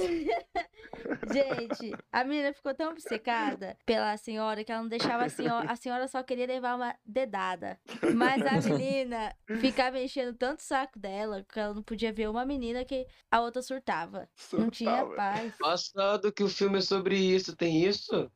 [SPEAKER 3] Gente, a menina ficou tão obcecada pela senhora que ela não deixava a senhora. A senhora só queria levar uma dedada. Mas a menina ficava enchendo tanto o saco dela que ela não podia ver uma menina que a outra surtava. Não tinha
[SPEAKER 4] Surtava.
[SPEAKER 3] paz.
[SPEAKER 1] Passado que o filme é sobre isso, tem isso?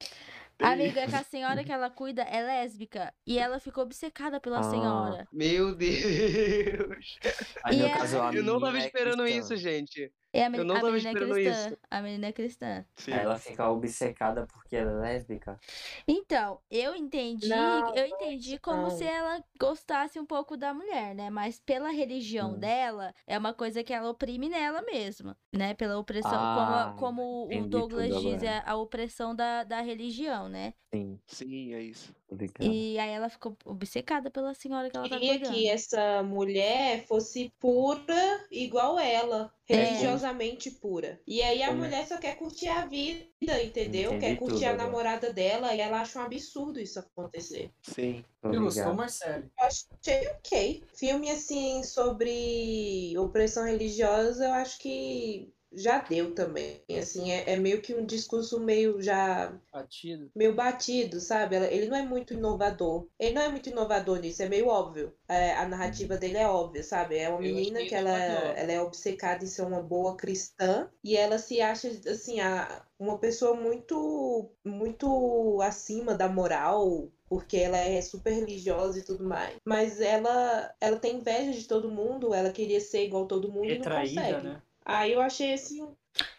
[SPEAKER 4] Tem
[SPEAKER 3] Amiga, é que a senhora que ela cuida é lésbica. E ela ficou obcecada pela
[SPEAKER 5] Ah.
[SPEAKER 3] senhora.
[SPEAKER 1] Meu Deus!
[SPEAKER 5] Aí,
[SPEAKER 3] E
[SPEAKER 5] no
[SPEAKER 3] é-
[SPEAKER 5] caso, a
[SPEAKER 1] Eu não
[SPEAKER 5] menina
[SPEAKER 1] tava
[SPEAKER 5] é
[SPEAKER 1] esperando
[SPEAKER 5] cristã.
[SPEAKER 1] isso, gente.
[SPEAKER 3] É a, men-
[SPEAKER 1] Eu não
[SPEAKER 3] a
[SPEAKER 1] tava
[SPEAKER 3] menina é
[SPEAKER 1] esperando
[SPEAKER 3] cristã.
[SPEAKER 1] isso.
[SPEAKER 3] A menina é cristã.
[SPEAKER 4] Sim.
[SPEAKER 5] Ela fica obcecada porque ela é lésbica.
[SPEAKER 3] Então, eu entendi,
[SPEAKER 2] Não,
[SPEAKER 5] é
[SPEAKER 3] eu entendi como
[SPEAKER 2] não.
[SPEAKER 3] se ela gostasse um pouco da mulher, né? Mas pela religião
[SPEAKER 5] Hum.
[SPEAKER 3] dela, é uma coisa que ela oprime nela mesma, né? Pela opressão, como,
[SPEAKER 5] Ah,
[SPEAKER 3] a- como o
[SPEAKER 5] entendi
[SPEAKER 3] Douglas
[SPEAKER 5] tudo
[SPEAKER 3] diz,
[SPEAKER 5] agora.
[SPEAKER 3] é a opressão da, da religião, né?
[SPEAKER 5] Sim,
[SPEAKER 4] Sim, é isso.
[SPEAKER 5] complicado.
[SPEAKER 3] E aí ela ficou obcecada pela senhora que ela tá
[SPEAKER 2] queria
[SPEAKER 3] cuidando.
[SPEAKER 2] que essa mulher fosse pura igual ela,
[SPEAKER 3] É.
[SPEAKER 2] religiosamente pura. E aí a
[SPEAKER 5] Como é?
[SPEAKER 2] mulher só quer curtir a vida, entendeu?
[SPEAKER 5] Entendi
[SPEAKER 2] quer curtir
[SPEAKER 5] tudo
[SPEAKER 2] a
[SPEAKER 5] agora.
[SPEAKER 2] namorada dela e ela acha um absurdo isso acontecer.
[SPEAKER 4] Sim.
[SPEAKER 5] Tô
[SPEAKER 6] Você gostou,
[SPEAKER 5] ligado.
[SPEAKER 6] Marcelo?
[SPEAKER 2] Eu achei ok. Filme assim sobre opressão religiosa, eu acho que já deu também. Assim, é, é meio que um discurso meio já
[SPEAKER 8] Batido.
[SPEAKER 2] meio batido, sabe? Ela- Ele não é muito inovador. Ele não é muito inovador nisso, é meio óbvio. É, a narrativa dele é óbvia, sabe? É uma
[SPEAKER 1] Eu
[SPEAKER 2] menina
[SPEAKER 1] achei
[SPEAKER 2] que ela,
[SPEAKER 1] inovador.
[SPEAKER 2] ela é obcecada em ser uma boa cristã e ela se acha, assim, a- uma pessoa muito, muito acima da moral. Porque ela é super religiosa e tudo mais. Mas ela, ela tem inveja de todo mundo, ela queria ser igual todo mundo e não
[SPEAKER 6] Retraída,
[SPEAKER 2] consegue.
[SPEAKER 6] né?
[SPEAKER 2] Aí eu achei assim.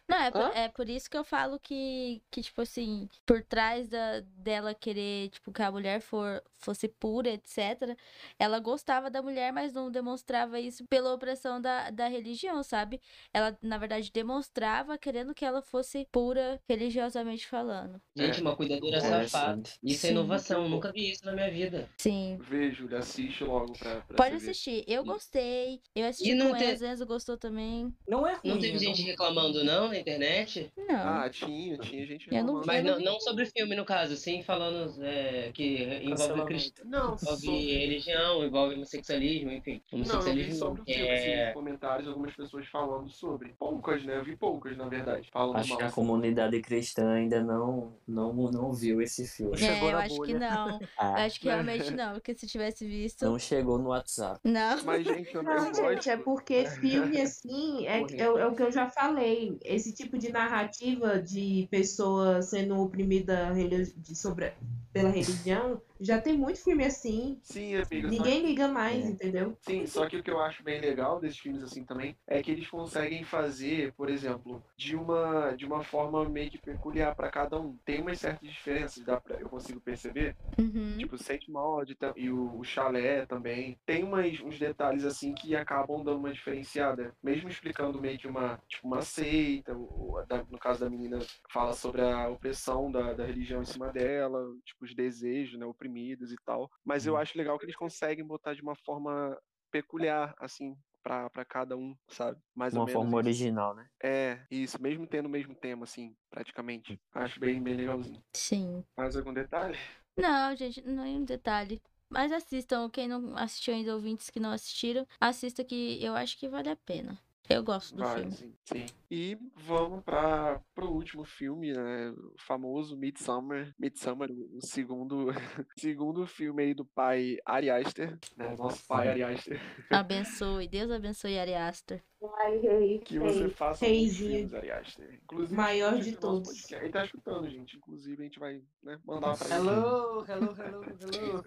[SPEAKER 3] Não, é
[SPEAKER 2] Hã?
[SPEAKER 3] por, é por isso que eu falo que, que tipo assim, por trás da, dela querer, tipo, que a mulher for, fosse pura, etc., ela gostava da mulher, mas não demonstrava isso pela opressão da, da religião, sabe? Ela, na verdade, demonstrava querendo que ela fosse pura, religiosamente falando.
[SPEAKER 1] Gente, uma cuidadora safada.
[SPEAKER 5] Interessante.
[SPEAKER 1] Isso é
[SPEAKER 3] Sim.
[SPEAKER 1] inovação, nunca vi isso na minha vida.
[SPEAKER 3] Sim.
[SPEAKER 4] Vê, Júlia, assiste logo pra, pra
[SPEAKER 3] Pode
[SPEAKER 4] você ver.
[SPEAKER 3] assistir. Eu gostei. Eu assisti
[SPEAKER 1] E não
[SPEAKER 3] com
[SPEAKER 1] tem-
[SPEAKER 3] o Enzo, o Enzo gostou também.
[SPEAKER 8] Não é ruim.
[SPEAKER 1] Não teve
[SPEAKER 8] eu
[SPEAKER 1] gente reclamando, não, na internet?
[SPEAKER 3] Não.
[SPEAKER 4] Ah, tinha, tinha gente
[SPEAKER 3] Eu não
[SPEAKER 4] reclamando.
[SPEAKER 1] Mas não,
[SPEAKER 3] vi.
[SPEAKER 1] não sobre o filme, no caso, sim falando é, que envolve, crist...
[SPEAKER 4] Não,
[SPEAKER 1] envolve
[SPEAKER 4] sobre-
[SPEAKER 1] religião, envolve homossexualismo, enfim.
[SPEAKER 4] Não, eu vi
[SPEAKER 1] Homossexualismo
[SPEAKER 4] sobre o filme,
[SPEAKER 1] é...
[SPEAKER 4] assim, comentários, algumas pessoas falando sobre. Poucas, né? Eu vi poucas, na verdade, falando
[SPEAKER 5] Acho
[SPEAKER 4] mal.
[SPEAKER 3] é
[SPEAKER 5] que a comunidade cristã ainda não, não, não viu esse filme.
[SPEAKER 3] É,
[SPEAKER 6] Chegou
[SPEAKER 3] eu
[SPEAKER 6] na
[SPEAKER 3] acho que
[SPEAKER 6] bolha.
[SPEAKER 3] não. Eu
[SPEAKER 5] Ah,
[SPEAKER 3] acho que realmente não, porque se tivesse visto.
[SPEAKER 5] não chegou no WhatsApp.
[SPEAKER 3] Não.
[SPEAKER 4] Mas, gente, eu
[SPEAKER 2] Não,
[SPEAKER 4] não
[SPEAKER 2] gente,
[SPEAKER 4] gosto.
[SPEAKER 2] é porque filme assim é, é, o- é o que eu já falei. Esse tipo de narrativa de pessoa sendo oprimida relig- de- sobre, pela religião já tem muito filme assim.
[SPEAKER 4] Sim, amiga, só
[SPEAKER 2] Ninguém liga mais,
[SPEAKER 5] É.
[SPEAKER 2] entendeu?
[SPEAKER 4] Sim, só que o que eu acho bem legal desses filmes assim também é que eles conseguem fazer, por exemplo, de uma de uma forma meio que peculiar pra cada um. Tem umas certas diferenças, dá pra, eu consigo perceber.
[SPEAKER 3] Uhum.
[SPEAKER 4] Tipo, o Saint Maud e ta- e o, o Chalé também. Tem umas, uns detalhes assim que acabam dando uma diferenciada. Mesmo explicando meio que uma, tipo, uma seita, o- o- da- no caso da menina fala sobre a opressão da, da religião em cima dela, tipo, os desejos, né, oprimidos e tal. Mas
[SPEAKER 5] Uhum.
[SPEAKER 4] eu acho legal que eles conseguem botar de uma forma peculiar, assim, pra, pra cada um, sabe? Mais ou
[SPEAKER 5] Uma
[SPEAKER 4] menos.
[SPEAKER 5] forma
[SPEAKER 4] isso.
[SPEAKER 5] original, né?
[SPEAKER 4] É, isso, mesmo tendo o mesmo tema, assim, praticamente.
[SPEAKER 5] Uhum.
[SPEAKER 4] Acho bem, bem legalzinho.
[SPEAKER 3] Sim.
[SPEAKER 4] Mais algum detalhe?
[SPEAKER 3] Não, gente, não é um detalhe. Mas assistam, quem não assistiu ainda, ouvintes que não assistiram, assista que eu acho que vale a pena. Eu gosto do
[SPEAKER 4] Vai,
[SPEAKER 3] filme.
[SPEAKER 4] sim, sim. E vamos para pro último filme, né? O famoso Midsummer. Midsummer, o segundo, segundo filme aí do pai Ari Aster, né? Nosso pai Ari Aster.
[SPEAKER 3] Abençoe, Deus abençoe Ari Aster.
[SPEAKER 2] Ai, rei,
[SPEAKER 4] Que você faça muitos
[SPEAKER 2] reizinho.
[SPEAKER 4] filmes, Ari Aster. Inclusive,
[SPEAKER 2] Maior
[SPEAKER 4] gente,
[SPEAKER 2] de
[SPEAKER 4] o nosso
[SPEAKER 2] todos.
[SPEAKER 4] podcast- Ele tá escutando, gente. Inclusive, a gente vai né, mandar pra ele.
[SPEAKER 6] Hello, hello, hello, hello.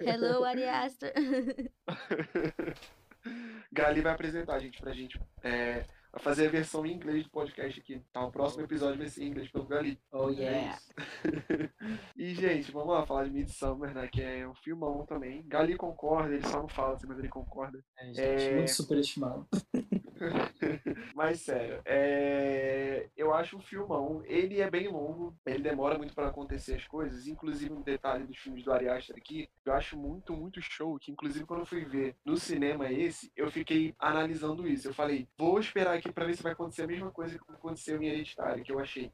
[SPEAKER 3] Hello, Ari Aster.
[SPEAKER 4] Gali vai apresentar, gente, pra gente. É, vai fazer a versão em inglês do podcast aqui. Tá? O próximo episódio vai ser em inglês pelo Gali.
[SPEAKER 6] Oh
[SPEAKER 4] É
[SPEAKER 6] yeah.
[SPEAKER 4] isso. e, gente, vamos lá falar de Midsummer, né? Que é um filmão também. Gali concorda, ele só não fala assim, mas ele concorda.
[SPEAKER 9] É,
[SPEAKER 6] né,
[SPEAKER 9] gente,
[SPEAKER 4] É.
[SPEAKER 9] muito superestimado.
[SPEAKER 4] Mas, sério, é, eu acho um filmão. Ele é bem longo, ele demora muito pra acontecer as coisas. Inclusive, um detalhe dos filmes do Ari Aster aqui, eu acho muito, muito show. Que, inclusive, quando eu fui ver no cinema esse, eu fiquei analisando isso. Eu falei, vou esperar aqui pra ver se vai acontecer a mesma coisa que aconteceu em Hereditário, que eu achei.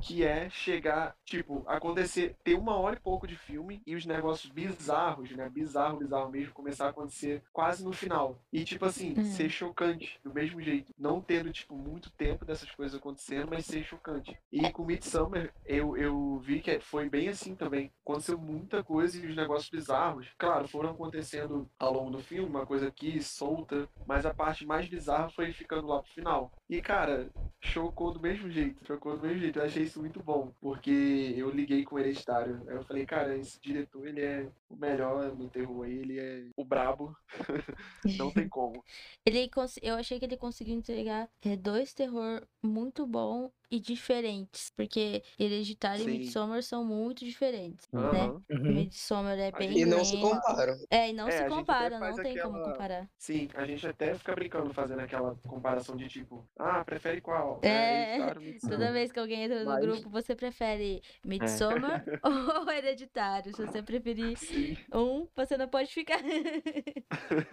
[SPEAKER 4] que é chegar, tipo, acontecer, ter uma hora e pouco de filme e os negócios bizarros, né? Bizarro, bizarro mesmo, começar a acontecer quase no final. E, tipo assim,
[SPEAKER 3] Hum.
[SPEAKER 4] ser chocante do mesmo jeito. Não tendo, tipo, muito tempo dessas coisas acontecendo, mas ser chocante. E com Midsummer, eu, eu vi que foi bem assim também. Aconteceu muita coisa e os negócios bizarros, claro, foram acontecendo ao longo do filme, uma coisa aqui, solta, mas a parte mais bizarra foi ficando lá pro final. E, cara, chocou do mesmo jeito, chocou do mesmo jeito. Eu achei isso muito bom, porque eu liguei com o Hereditário. Aí eu falei, cara, esse diretor, ele é o melhor no terror aí, ele é o brabo, não tem como.
[SPEAKER 3] Ele cons- Eu achei que ele conseguiu entregar é, dois terror muito bom e diferentes. Porque Hereditário
[SPEAKER 4] Sim.
[SPEAKER 3] e Midsommar são muito diferentes.
[SPEAKER 5] Uhum.
[SPEAKER 4] Aham.
[SPEAKER 3] Midsommar é bem
[SPEAKER 4] E não
[SPEAKER 3] lento.
[SPEAKER 1] comparam.
[SPEAKER 3] É, e não
[SPEAKER 4] É, a
[SPEAKER 3] se
[SPEAKER 4] gente até
[SPEAKER 3] compara, não
[SPEAKER 4] faz
[SPEAKER 3] tem como
[SPEAKER 4] aquela-
[SPEAKER 3] comparar.
[SPEAKER 4] Sim, a gente até fica brincando fazendo aquela comparação de tipo, ah, prefere qual?
[SPEAKER 3] É,
[SPEAKER 4] Hereditário, Midsommar.
[SPEAKER 3] Toda vez que alguém entra no
[SPEAKER 4] Mas- É.
[SPEAKER 3] grupo, você prefere Midsommar ou Hereditário? Se você preferir
[SPEAKER 4] Sim.
[SPEAKER 3] um, você não pode ficar.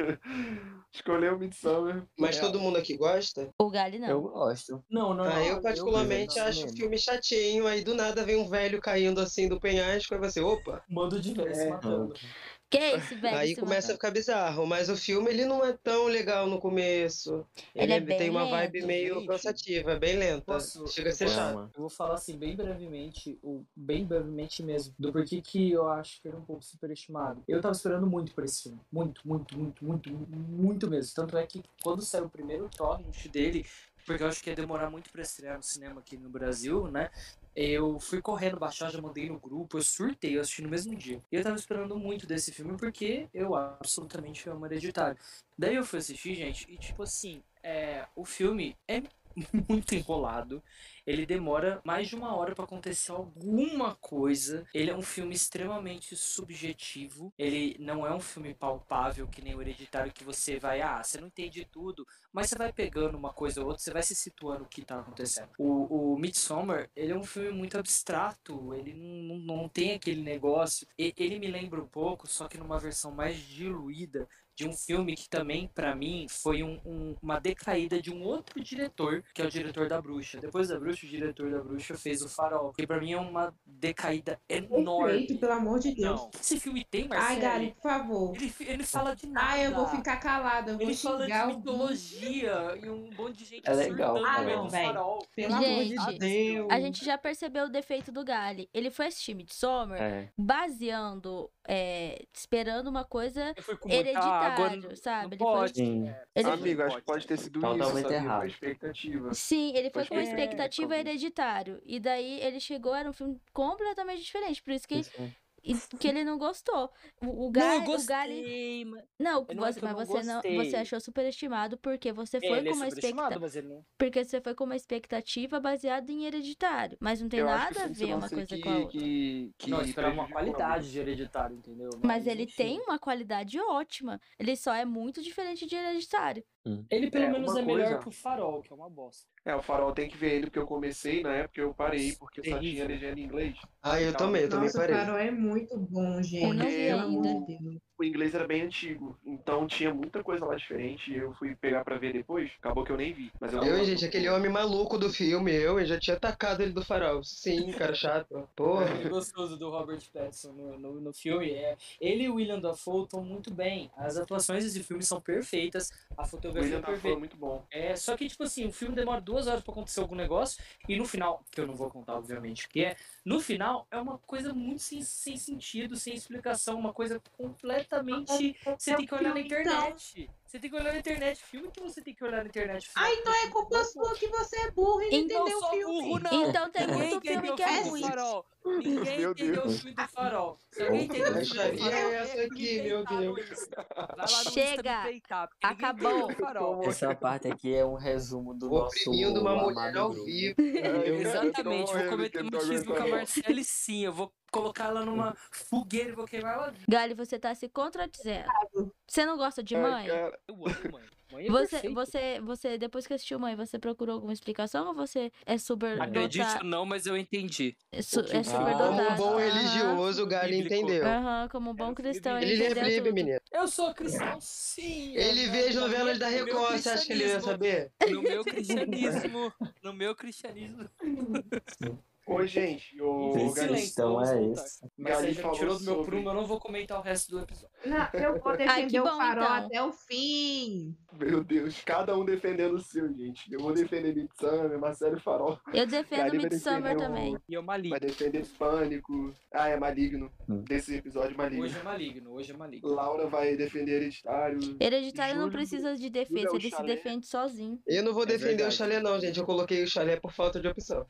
[SPEAKER 4] Escolheu Midsummer.
[SPEAKER 1] Mas
[SPEAKER 4] É,
[SPEAKER 1] todo mundo aqui gosta?
[SPEAKER 3] o Gale não.
[SPEAKER 5] Eu gosto.
[SPEAKER 6] Não, não,
[SPEAKER 1] Ah,
[SPEAKER 6] não,
[SPEAKER 1] eu particularmente
[SPEAKER 6] eu-
[SPEAKER 1] acho o filme chatinho, aí do nada vem um velho caindo assim do penhasco, aí você, opa,
[SPEAKER 9] Mando de velho se
[SPEAKER 1] É.
[SPEAKER 5] Uhum.
[SPEAKER 9] matando.
[SPEAKER 3] Que é esse velho?
[SPEAKER 1] aí
[SPEAKER 3] se
[SPEAKER 1] começa a
[SPEAKER 3] matando?
[SPEAKER 1] ficar bizarro, mas o filme ele não é tão legal no começo.
[SPEAKER 3] Ele
[SPEAKER 1] Ele,
[SPEAKER 3] é
[SPEAKER 1] é- tem
[SPEAKER 3] bem
[SPEAKER 1] uma vibe
[SPEAKER 3] lento.
[SPEAKER 1] meio
[SPEAKER 4] Gente.
[SPEAKER 1] cansativa, bem lenta.
[SPEAKER 9] Posso-
[SPEAKER 1] Chega a ser
[SPEAKER 5] Eu
[SPEAKER 1] chato.
[SPEAKER 5] amo.
[SPEAKER 6] Eu vou falar assim bem brevemente, ou bem brevemente mesmo, do porquê que eu acho que ele é um pouco superestimado. Eu tava esperando muito por esse filme. Muito, muito, muito, muito, muito mesmo. Tanto é que quando saiu o primeiro torrent dele, porque eu acho que ia demorar muito pra estrear no cinema aqui no Brasil, né? Eu fui correndo baixar, já mandei no grupo, eu surtei, eu assisti no mesmo dia. E eu tava esperando muito desse filme porque eu absolutamente amo hereditário. Daí eu fui assistir, gente, e tipo assim, é, o filme é muito enrolado ele demora mais de uma hora pra acontecer alguma coisa. Ele é um filme extremamente subjetivo. Ele não é um filme palpável que nem o Hereditário que você vai, ah, você não entende tudo, mas você vai pegando uma coisa ou outra, você vai se situando o que tá acontecendo. O, o Midsommar, ele é um filme muito abstrato, ele não, não, não tem aquele negócio. E- ele me lembra um pouco, só que numa versão mais diluída de um filme que também, pra mim, foi um- um- uma decaída de um outro diretor, que é o diretor da Bruxa. Depois da Bruxa, o diretor da Bruxa fez o Farol, que pra mim é uma decaída enorme.
[SPEAKER 2] Perfeito, pelo amor de Deus.
[SPEAKER 6] é Não, esse filme tem,
[SPEAKER 2] Ai,
[SPEAKER 6] Marcelo.
[SPEAKER 2] Gary, por favor.
[SPEAKER 6] ele, fi- ele fala de nada.
[SPEAKER 2] Ai, eu vou ficar calada. Eu vou
[SPEAKER 6] Ele fala de
[SPEAKER 2] xingar o
[SPEAKER 6] mitologia e um monte de gente
[SPEAKER 5] É legal,
[SPEAKER 6] surtando
[SPEAKER 5] cara.
[SPEAKER 6] no meio
[SPEAKER 5] Ah,
[SPEAKER 6] do
[SPEAKER 2] não, velho.
[SPEAKER 6] farol.
[SPEAKER 2] Pelo amor de
[SPEAKER 3] Gente,
[SPEAKER 2] Deus.
[SPEAKER 3] A gente já percebeu o defeito do Gali. Ele foi assistir Midsommar
[SPEAKER 5] É.
[SPEAKER 3] baseando, é, esperando uma coisa
[SPEAKER 8] Eu fui com muita água
[SPEAKER 3] hereditário,
[SPEAKER 8] no-
[SPEAKER 3] sabe?
[SPEAKER 8] no
[SPEAKER 3] Ele foi,
[SPEAKER 8] pote.
[SPEAKER 5] Sim.
[SPEAKER 8] É,
[SPEAKER 3] Ele-
[SPEAKER 4] Amigo, acho que pode ter sido isso,
[SPEAKER 5] Totalmente
[SPEAKER 4] sabe?
[SPEAKER 5] errado.
[SPEAKER 4] Uma expectativa.
[SPEAKER 3] Sim, ele foi
[SPEAKER 4] Pode
[SPEAKER 3] com uma
[SPEAKER 4] crer.
[SPEAKER 3] expectativa
[SPEAKER 4] É.
[SPEAKER 3] hereditário. E daí ele chegou, era um filme completamente diferente. Por isso que,
[SPEAKER 5] Isso é-
[SPEAKER 3] e- que ele não gostou. O,
[SPEAKER 8] Não, eu
[SPEAKER 3] o Gali. o Gali-
[SPEAKER 8] gostei, mas...
[SPEAKER 3] não,
[SPEAKER 8] Não é
[SPEAKER 3] você-
[SPEAKER 8] que eu
[SPEAKER 3] mas
[SPEAKER 8] não
[SPEAKER 3] você, não, você
[SPEAKER 8] gostei.
[SPEAKER 3] achou superestimado porque você foi
[SPEAKER 8] Ele
[SPEAKER 3] com
[SPEAKER 8] é
[SPEAKER 3] uma
[SPEAKER 8] superestimado,
[SPEAKER 3] expectativa.
[SPEAKER 8] mas ele não...
[SPEAKER 3] Porque você foi com uma expectativa baseada em hereditário. Mas não tem
[SPEAKER 4] Eu acho que
[SPEAKER 3] nada a
[SPEAKER 4] foi um
[SPEAKER 3] ver uma
[SPEAKER 4] lance
[SPEAKER 3] coisa
[SPEAKER 4] que,
[SPEAKER 3] com a outra.
[SPEAKER 4] Que, que
[SPEAKER 6] Não, esperar
[SPEAKER 8] é
[SPEAKER 4] prejudicou
[SPEAKER 6] uma
[SPEAKER 4] a
[SPEAKER 6] qualidade de hereditário, entendeu?
[SPEAKER 3] Mas ele
[SPEAKER 6] enfim.
[SPEAKER 3] tem uma qualidade ótima. Ele só é muito diferente de hereditário.
[SPEAKER 8] Ele pelo
[SPEAKER 4] É,
[SPEAKER 8] menos
[SPEAKER 4] uma
[SPEAKER 8] é melhor
[SPEAKER 4] coisa-
[SPEAKER 8] que o Farol, que é uma bosta.
[SPEAKER 4] É, o farol tem que ver ele, porque eu comecei na época eu parei, porque só
[SPEAKER 8] Terrível.
[SPEAKER 4] tinha legenda em inglês.
[SPEAKER 1] Ah, eu também, eu também
[SPEAKER 2] Nossa, o
[SPEAKER 1] parei.
[SPEAKER 2] Farol é muito bom, gente.
[SPEAKER 3] Eu não vi
[SPEAKER 2] Pelo
[SPEAKER 3] ainda.
[SPEAKER 2] amor de Deus.
[SPEAKER 4] O inglês era bem antigo, então tinha muita coisa lá diferente. e Eu fui pegar pra ver depois, acabou que eu nem vi. Mas eu,
[SPEAKER 1] Eu, hein, gente, aquele homem maluco do filme, eu, hein, já tinha atacado ele do farol. Sim, cara chato. Porra.
[SPEAKER 8] O É gostoso do Robert Pattinson no, no, no filme é ele e o William Dafoe estão muito bem. As atuações desse filme são perfeitas, a
[SPEAKER 4] O
[SPEAKER 8] fotografia
[SPEAKER 4] William
[SPEAKER 8] é
[SPEAKER 4] Dafoe
[SPEAKER 8] perfeita.
[SPEAKER 4] é muito bom.
[SPEAKER 8] É, só que, tipo assim, o filme demora duas horas pra acontecer algum negócio, e no final, que eu não vou contar, obviamente, o que é, no final é uma coisa muito sem, sem sentido, sem explicação, uma coisa completamente.
[SPEAKER 3] É,
[SPEAKER 8] Você tem que
[SPEAKER 3] um
[SPEAKER 8] olhar na
[SPEAKER 3] então.
[SPEAKER 8] internet. Você tem que olhar na internet. Filme que você tem que olhar na internet.
[SPEAKER 2] Ah, então é culpa sua que você é burro e não
[SPEAKER 3] Então
[SPEAKER 2] entendeu o
[SPEAKER 8] sou
[SPEAKER 2] filme.
[SPEAKER 8] burro, não.
[SPEAKER 3] Então tem
[SPEAKER 8] Ninguém
[SPEAKER 3] muito
[SPEAKER 8] entendeu
[SPEAKER 3] filme
[SPEAKER 8] o
[SPEAKER 3] que é
[SPEAKER 8] filme do
[SPEAKER 3] ruim.
[SPEAKER 8] farol. Ninguém entendeu
[SPEAKER 4] Meu
[SPEAKER 8] o
[SPEAKER 4] Deus.
[SPEAKER 8] filme do farol. Se alguém entendeu o filme do
[SPEAKER 1] Deixaria
[SPEAKER 8] farol,
[SPEAKER 1] essa aqui, meu
[SPEAKER 8] inventaram
[SPEAKER 1] Deus.
[SPEAKER 8] isso. Vai lá no Insta
[SPEAKER 3] Chega.
[SPEAKER 8] do Peitar, porque ninguém
[SPEAKER 3] Acabou.
[SPEAKER 8] entendeu o farol.
[SPEAKER 5] Essa parte aqui é um resumo do nosso
[SPEAKER 1] Oprimindo uma mulher
[SPEAKER 5] amado
[SPEAKER 1] ao
[SPEAKER 5] grupo.
[SPEAKER 1] vivo.
[SPEAKER 8] Exatamente, vou
[SPEAKER 4] morrendo,
[SPEAKER 8] cometer
[SPEAKER 4] um que eu tô
[SPEAKER 8] machismo com a
[SPEAKER 4] aguentando.
[SPEAKER 8] Marcele sim, eu vou colocar ela numa fogueira e vou queimar ela.
[SPEAKER 3] Gali, você tá se contradizendo. Você não gosta de
[SPEAKER 4] Ai,
[SPEAKER 3] mãe?
[SPEAKER 4] cara,
[SPEAKER 8] Eu amo mãe. Mãe é
[SPEAKER 3] Você,
[SPEAKER 8] perfeita.
[SPEAKER 3] você, você, depois que assistiu Mãe, você procurou alguma explicação ou você é super
[SPEAKER 8] Acredite
[SPEAKER 3] dotado?
[SPEAKER 8] ou não, mas eu entendi.
[SPEAKER 3] É, su, é
[SPEAKER 5] Ah,
[SPEAKER 3] super
[SPEAKER 1] Como um
[SPEAKER 3] dotado.
[SPEAKER 1] bom
[SPEAKER 3] Aham.
[SPEAKER 1] religioso, o Galo
[SPEAKER 8] Bíblico.
[SPEAKER 1] entendeu.
[SPEAKER 3] Aham, como um bom
[SPEAKER 8] Era
[SPEAKER 3] cristão, ele,
[SPEAKER 1] Ele é
[SPEAKER 3] entendeu
[SPEAKER 1] livre,
[SPEAKER 3] tudo.
[SPEAKER 1] menino.
[SPEAKER 8] Eu sou cristão, sim.
[SPEAKER 1] né? Ele é
[SPEAKER 8] eu-
[SPEAKER 1] vê as
[SPEAKER 8] no
[SPEAKER 1] novelas
[SPEAKER 8] meu-
[SPEAKER 1] da
[SPEAKER 8] no meu
[SPEAKER 1] Record, você acha que ele ia
[SPEAKER 8] cristianismo-
[SPEAKER 1] saber?
[SPEAKER 8] No meu cristianismo, no meu cristianismo.
[SPEAKER 4] Ô, gente, o
[SPEAKER 8] Sim,
[SPEAKER 5] O
[SPEAKER 8] silêncio,
[SPEAKER 5] cristão
[SPEAKER 8] vamos
[SPEAKER 5] é
[SPEAKER 8] voltar.
[SPEAKER 5] esse.
[SPEAKER 8] Mas
[SPEAKER 4] Gali
[SPEAKER 8] você já me
[SPEAKER 4] falou
[SPEAKER 8] tirou do meu
[SPEAKER 4] sobre-
[SPEAKER 8] prumo, eu não vou comentar o resto do episódio.
[SPEAKER 2] Não, eu vou defender
[SPEAKER 3] que bom,
[SPEAKER 2] o farol
[SPEAKER 3] então.
[SPEAKER 2] até o fim.
[SPEAKER 4] Meu Deus, cada um defendendo o seu, gente. Eu vou defender Midsummer, Marcelo Farol.
[SPEAKER 3] Eu defendo
[SPEAKER 4] Gali vai
[SPEAKER 3] Midsummer
[SPEAKER 4] defender né, o-
[SPEAKER 3] também.
[SPEAKER 8] E é eu maligno.
[SPEAKER 4] Vai defender Pânico. Ah, é maligno.
[SPEAKER 5] Hum.
[SPEAKER 4] Desse episódio, maligno.
[SPEAKER 8] Hoje é maligno, hoje é maligno.
[SPEAKER 4] Laura vai defender Hereditário.
[SPEAKER 3] Hereditário não
[SPEAKER 4] Júlio-
[SPEAKER 3] precisa de
[SPEAKER 4] Júlio é
[SPEAKER 3] defesa,
[SPEAKER 4] o
[SPEAKER 3] ele se
[SPEAKER 4] chalé.
[SPEAKER 3] defende sozinho.
[SPEAKER 1] Eu não vou
[SPEAKER 4] É
[SPEAKER 1] defender o
[SPEAKER 4] verdade.
[SPEAKER 1] chalé, não, gente. Eu coloquei o chalé por falta de opção.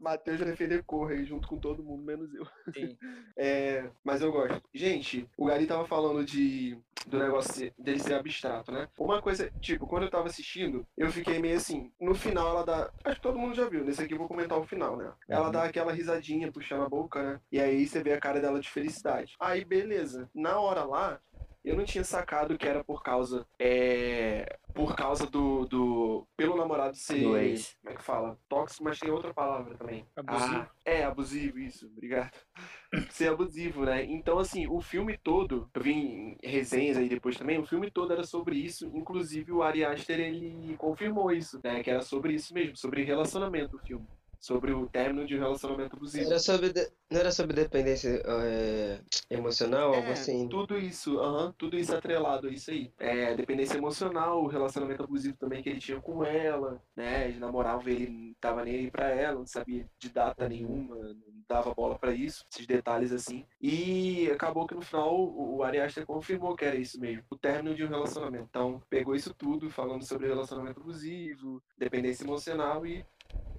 [SPEAKER 4] Matheus vai defender Corre, junto com todo mundo, menos eu.
[SPEAKER 8] Sim.
[SPEAKER 4] É, mas eu gosto. Gente, o Gari tava falando de do negócio ser- dele ser abstrato, né? Uma coisa, tipo, quando eu tava assistindo, eu fiquei meio assim, no final ela dá. Acho que todo mundo já viu, nesse aqui eu vou comentar o final, né? Ela
[SPEAKER 5] Uhum.
[SPEAKER 4] dá aquela risadinha, puxando a boca, né? E aí você vê a cara dela de felicidade. Aí, beleza. Na hora lá, eu não tinha sacado que era por causa. É. Por causa do. do pelo namorado ser.
[SPEAKER 5] Do ex.
[SPEAKER 4] Como é que fala? Tóxico, mas tem outra palavra também.
[SPEAKER 8] Abusivo.
[SPEAKER 4] Ah, é, abusivo, isso, obrigado. Ser abusivo, né? Então, assim, o filme todo, eu vi em resenhas aí depois também, o filme todo era sobre isso, inclusive o Ari Aster, ele confirmou isso, né? Que era sobre isso mesmo, sobre relacionamento o filme. Sobre o término de um relacionamento abusivo.
[SPEAKER 1] Era sobre de- Não era sobre dependência é, emocional, algo
[SPEAKER 4] É,
[SPEAKER 1] assim?
[SPEAKER 4] Tudo isso, aham, tudo isso atrelado a isso aí. É, dependência emocional, o relacionamento abusivo também que ele tinha com ela, né? Ele namorava, ele não tava nem aí pra ela, não sabia de data nenhuma, não dava bola pra isso, esses detalhes assim. E acabou que no final o o Ari Aster confirmou que era isso mesmo, o término de um relacionamento. Então, pegou isso tudo, falando sobre relacionamento abusivo, dependência emocional e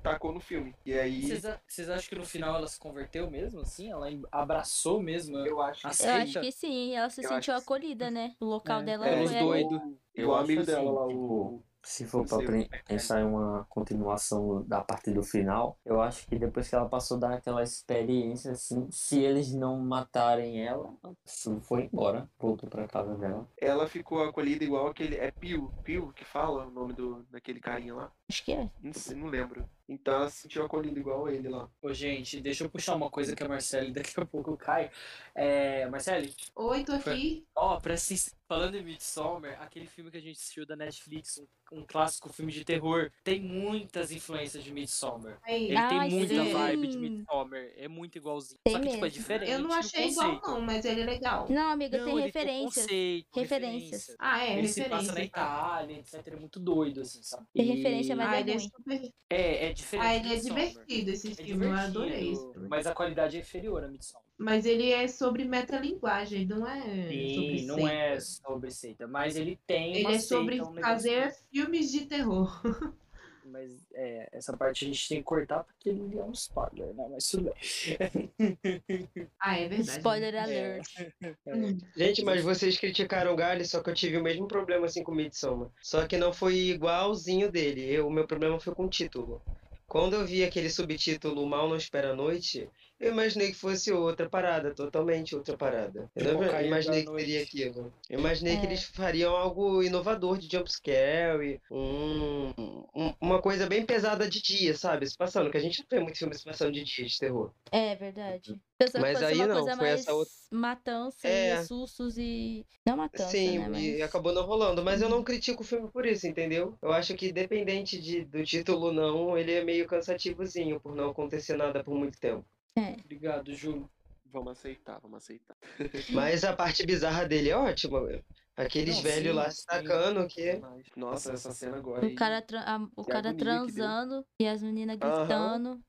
[SPEAKER 4] tacou no filme. E aí,
[SPEAKER 8] Vocês a- Vocês acham que no final ela se converteu mesmo, assim? Ela em- abraçou mesmo?
[SPEAKER 4] eu acho
[SPEAKER 3] Assim,
[SPEAKER 4] é
[SPEAKER 3] Eu
[SPEAKER 8] Aceita?
[SPEAKER 3] acho que sim, ela se
[SPEAKER 4] Eu
[SPEAKER 3] sentiu
[SPEAKER 4] acho que
[SPEAKER 3] acolhida, né? O local
[SPEAKER 8] É,
[SPEAKER 3] dela
[SPEAKER 8] é,
[SPEAKER 3] não
[SPEAKER 8] os
[SPEAKER 3] é
[SPEAKER 8] dois.
[SPEAKER 4] Eu o
[SPEAKER 5] acho
[SPEAKER 4] amigo dela
[SPEAKER 5] assim,
[SPEAKER 4] lá,
[SPEAKER 5] tipo,
[SPEAKER 4] o.
[SPEAKER 5] Se for pra
[SPEAKER 4] Sim.
[SPEAKER 5] pre- pensar em uma continuação da parte do final, eu acho que depois que ela passou daquela experiência, assim, se eles não matarem ela, isso foi embora, voltou pra casa dela.
[SPEAKER 4] ela ficou acolhida igual aquele. É Pio, Pio que fala o nome do, daquele carinha lá.
[SPEAKER 3] Acho que é.
[SPEAKER 4] Não sei, não lembro. Então ela se sentiu acolhida igual ele lá.
[SPEAKER 6] Ô, gente, deixa eu puxar uma coisa que a Marcele daqui a pouco cai. É, Marcele,
[SPEAKER 2] Oi, tô aqui.
[SPEAKER 6] ó, presta atenção. falando em Midsommar, aquele filme que a gente assistiu da Netflix, um, um clássico filme de terror, tem muitas influências de Midsommar.
[SPEAKER 2] Aí.
[SPEAKER 6] Ele
[SPEAKER 3] Ai,
[SPEAKER 6] tem muita
[SPEAKER 2] sim.
[SPEAKER 6] vibe de Midsommar, é muito igualzinho.
[SPEAKER 3] Tem
[SPEAKER 6] Só que, tipo, é
[SPEAKER 3] mesmo.
[SPEAKER 6] diferente.
[SPEAKER 2] Eu não
[SPEAKER 6] o
[SPEAKER 2] achei igual,
[SPEAKER 6] conceito.
[SPEAKER 2] não, mas ele é legal.
[SPEAKER 3] Não, amiga,
[SPEAKER 6] Não,
[SPEAKER 3] tem
[SPEAKER 6] ele tem um
[SPEAKER 3] referências.
[SPEAKER 6] conceito,
[SPEAKER 3] Referências.
[SPEAKER 6] referência.
[SPEAKER 2] Ah, é,
[SPEAKER 6] ele se
[SPEAKER 2] referência.
[SPEAKER 6] passa na Itália, etc. É muito doido, assim, sabe?
[SPEAKER 3] Tem referência, mas-
[SPEAKER 2] Ah,
[SPEAKER 3] é
[SPEAKER 2] ele é
[SPEAKER 3] ruim.
[SPEAKER 2] super.
[SPEAKER 6] É, é diferente.
[SPEAKER 2] Ah, ele
[SPEAKER 6] de
[SPEAKER 2] é
[SPEAKER 6] Midsommar.
[SPEAKER 2] divertido esse
[SPEAKER 6] É
[SPEAKER 2] filme, eu adorei
[SPEAKER 6] divertido,
[SPEAKER 2] isso.
[SPEAKER 6] Mas a qualidade é inferior a Midsommar.
[SPEAKER 2] Mas ele é sobre metalinguagem, não é sobre
[SPEAKER 6] Sim, não
[SPEAKER 2] seita.
[SPEAKER 6] é sobre seita, mas ele tem
[SPEAKER 2] Ele
[SPEAKER 6] uma
[SPEAKER 2] é sobre
[SPEAKER 6] seita, um negócio
[SPEAKER 2] fazer filmes de terror.
[SPEAKER 6] assim. Mas é, essa parte a gente tem que cortar porque ele é um spoiler, né? Mas tudo bem.
[SPEAKER 2] Ah, é verdade.
[SPEAKER 3] Spoiler alert.
[SPEAKER 6] É, Hum.
[SPEAKER 1] Gente, mas vocês criticaram o Gale, só que eu tive o mesmo problema assim com o Midsommar. Só que não foi igualzinho dele. Eu- o meu problema foi com o título. Quando eu vi aquele subtítulo Mal Não Espera a Noite, eu imaginei que fosse outra parada, totalmente outra parada. Eu
[SPEAKER 6] Tipo,
[SPEAKER 1] não
[SPEAKER 6] Caída
[SPEAKER 1] imaginei
[SPEAKER 6] da
[SPEAKER 1] que seria
[SPEAKER 6] Noite.
[SPEAKER 1] aquilo. Eu imaginei que
[SPEAKER 3] É.
[SPEAKER 1] eles fariam algo inovador de jumpscare, um, um- uma coisa bem pesada de dia, sabe? Se passando, que a gente não vê muito filme se passando de dia de terror.
[SPEAKER 3] É verdade. Pensando
[SPEAKER 1] Mas
[SPEAKER 3] que fosse
[SPEAKER 1] aí
[SPEAKER 3] uma
[SPEAKER 1] não,
[SPEAKER 3] coisa
[SPEAKER 1] foi
[SPEAKER 3] mais
[SPEAKER 1] essa outra-
[SPEAKER 3] matança
[SPEAKER 1] É.
[SPEAKER 3] e sustos e. Não matança,
[SPEAKER 1] Sim,
[SPEAKER 3] né?
[SPEAKER 1] e
[SPEAKER 3] Mas...
[SPEAKER 1] acabou não rolando. Mas eu não critico o filme por isso, entendeu? Eu acho que, dependente de, do título, não, ele é meio cansativozinho por não acontecer nada por muito tempo.
[SPEAKER 6] Obrigado, Júlio.
[SPEAKER 4] Vamos aceitar, vamos aceitar.
[SPEAKER 1] Mas a parte bizarra dele é ótima. meu. Aqueles
[SPEAKER 6] Não,
[SPEAKER 1] velhos
[SPEAKER 6] sim,
[SPEAKER 1] lá se
[SPEAKER 6] sim.
[SPEAKER 1] tacando que.
[SPEAKER 4] Mas, Nossa, essa cena agora.
[SPEAKER 3] O
[SPEAKER 4] aí.
[SPEAKER 3] cara, tra- a- o
[SPEAKER 4] que
[SPEAKER 3] cara
[SPEAKER 4] agonia que deu.
[SPEAKER 3] transando e as meninas
[SPEAKER 4] Aham.
[SPEAKER 3] gritando.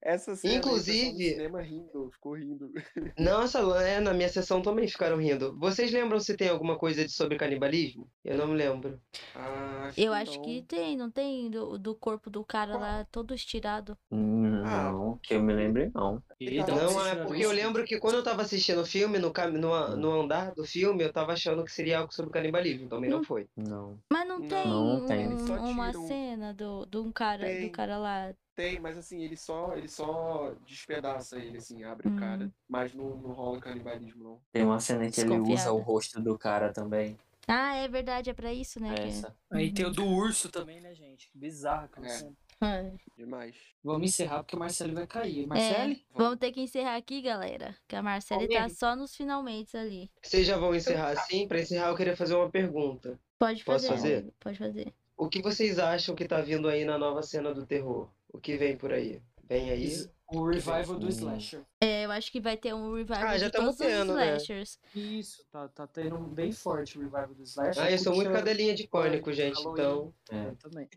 [SPEAKER 4] Essa cena aí, o pessoal do
[SPEAKER 1] Inclusive-
[SPEAKER 4] cinema rindo, ficou rindo.
[SPEAKER 1] Nossa, é, na minha sessão também ficaram rindo. Vocês lembram se tem alguma coisa de, sobre canibalismo? Eu não me lembro.
[SPEAKER 4] Ah,
[SPEAKER 3] Eu acho
[SPEAKER 4] não.
[SPEAKER 3] que tem, não tem? Do, do corpo do cara lá todo estirado.
[SPEAKER 5] Não, que eu me lembre não.
[SPEAKER 6] E dá
[SPEAKER 4] Não,
[SPEAKER 6] um
[SPEAKER 1] Não, é
[SPEAKER 6] assistidão.
[SPEAKER 1] porque eu lembro que quando eu tava assistindo o filme, no, cam- no, a- no andar do filme, eu tava achando que seria algo sobre canibalismo. Também não
[SPEAKER 3] Hum.
[SPEAKER 1] foi.
[SPEAKER 5] Não.
[SPEAKER 3] Mas não
[SPEAKER 4] Não,
[SPEAKER 3] tem,
[SPEAKER 5] não tem.
[SPEAKER 3] um-
[SPEAKER 4] Só
[SPEAKER 3] uma
[SPEAKER 4] tiram.
[SPEAKER 3] cena do, de um cara, do
[SPEAKER 4] Tem.
[SPEAKER 3] cara lá.
[SPEAKER 4] Tem, mas assim, ele só, ele só despedaça ele, assim, abre
[SPEAKER 3] Hum.
[SPEAKER 4] o cara. Mas não, não rola canibalismo, não.
[SPEAKER 5] Tem uma cena que ele usa
[SPEAKER 3] Desconfiada.
[SPEAKER 5] o rosto do cara também.
[SPEAKER 3] Ah, é verdade, é pra isso, né? que é.
[SPEAKER 5] Essa.
[SPEAKER 6] Aí tem o do urso também.
[SPEAKER 8] Também, né, gente? Que bizarra aquela
[SPEAKER 4] É.
[SPEAKER 8] cena.
[SPEAKER 3] Ai.
[SPEAKER 4] Demais.
[SPEAKER 6] Vamos encerrar porque o Marcelo vai cair.
[SPEAKER 3] É,
[SPEAKER 6] Marcelo?
[SPEAKER 3] vamos ter que encerrar aqui, galera. Que a Marcele tá
[SPEAKER 6] Comigo?
[SPEAKER 3] só nos finalmente ali.
[SPEAKER 1] Vocês já
[SPEAKER 6] Então
[SPEAKER 1] vão encerrar
[SPEAKER 6] tá.
[SPEAKER 1] assim? Pra encerrar, eu queria fazer uma pergunta.
[SPEAKER 3] Pode
[SPEAKER 1] Posso
[SPEAKER 3] fazer,
[SPEAKER 1] fazer?
[SPEAKER 3] amigo, Pode fazer.
[SPEAKER 1] O que vocês acham que tá vindo aí na nova cena do terror? O que vem por aí? Vem aí?
[SPEAKER 6] Isso. O revival do
[SPEAKER 5] Hum.
[SPEAKER 6] slasher.
[SPEAKER 3] É, eu acho que vai ter um revival
[SPEAKER 1] Ah, já
[SPEAKER 3] de
[SPEAKER 1] tamo
[SPEAKER 3] todos os
[SPEAKER 1] tendo, né?
[SPEAKER 3] slashers.
[SPEAKER 6] Isso, tá, tá tendo um bem forte o revival do slasher.
[SPEAKER 1] Ah, eu sou muito
[SPEAKER 6] Puxa-
[SPEAKER 1] cadelinha de cônico, gente,
[SPEAKER 6] Halloween.
[SPEAKER 1] então.
[SPEAKER 5] É.
[SPEAKER 8] Eu também.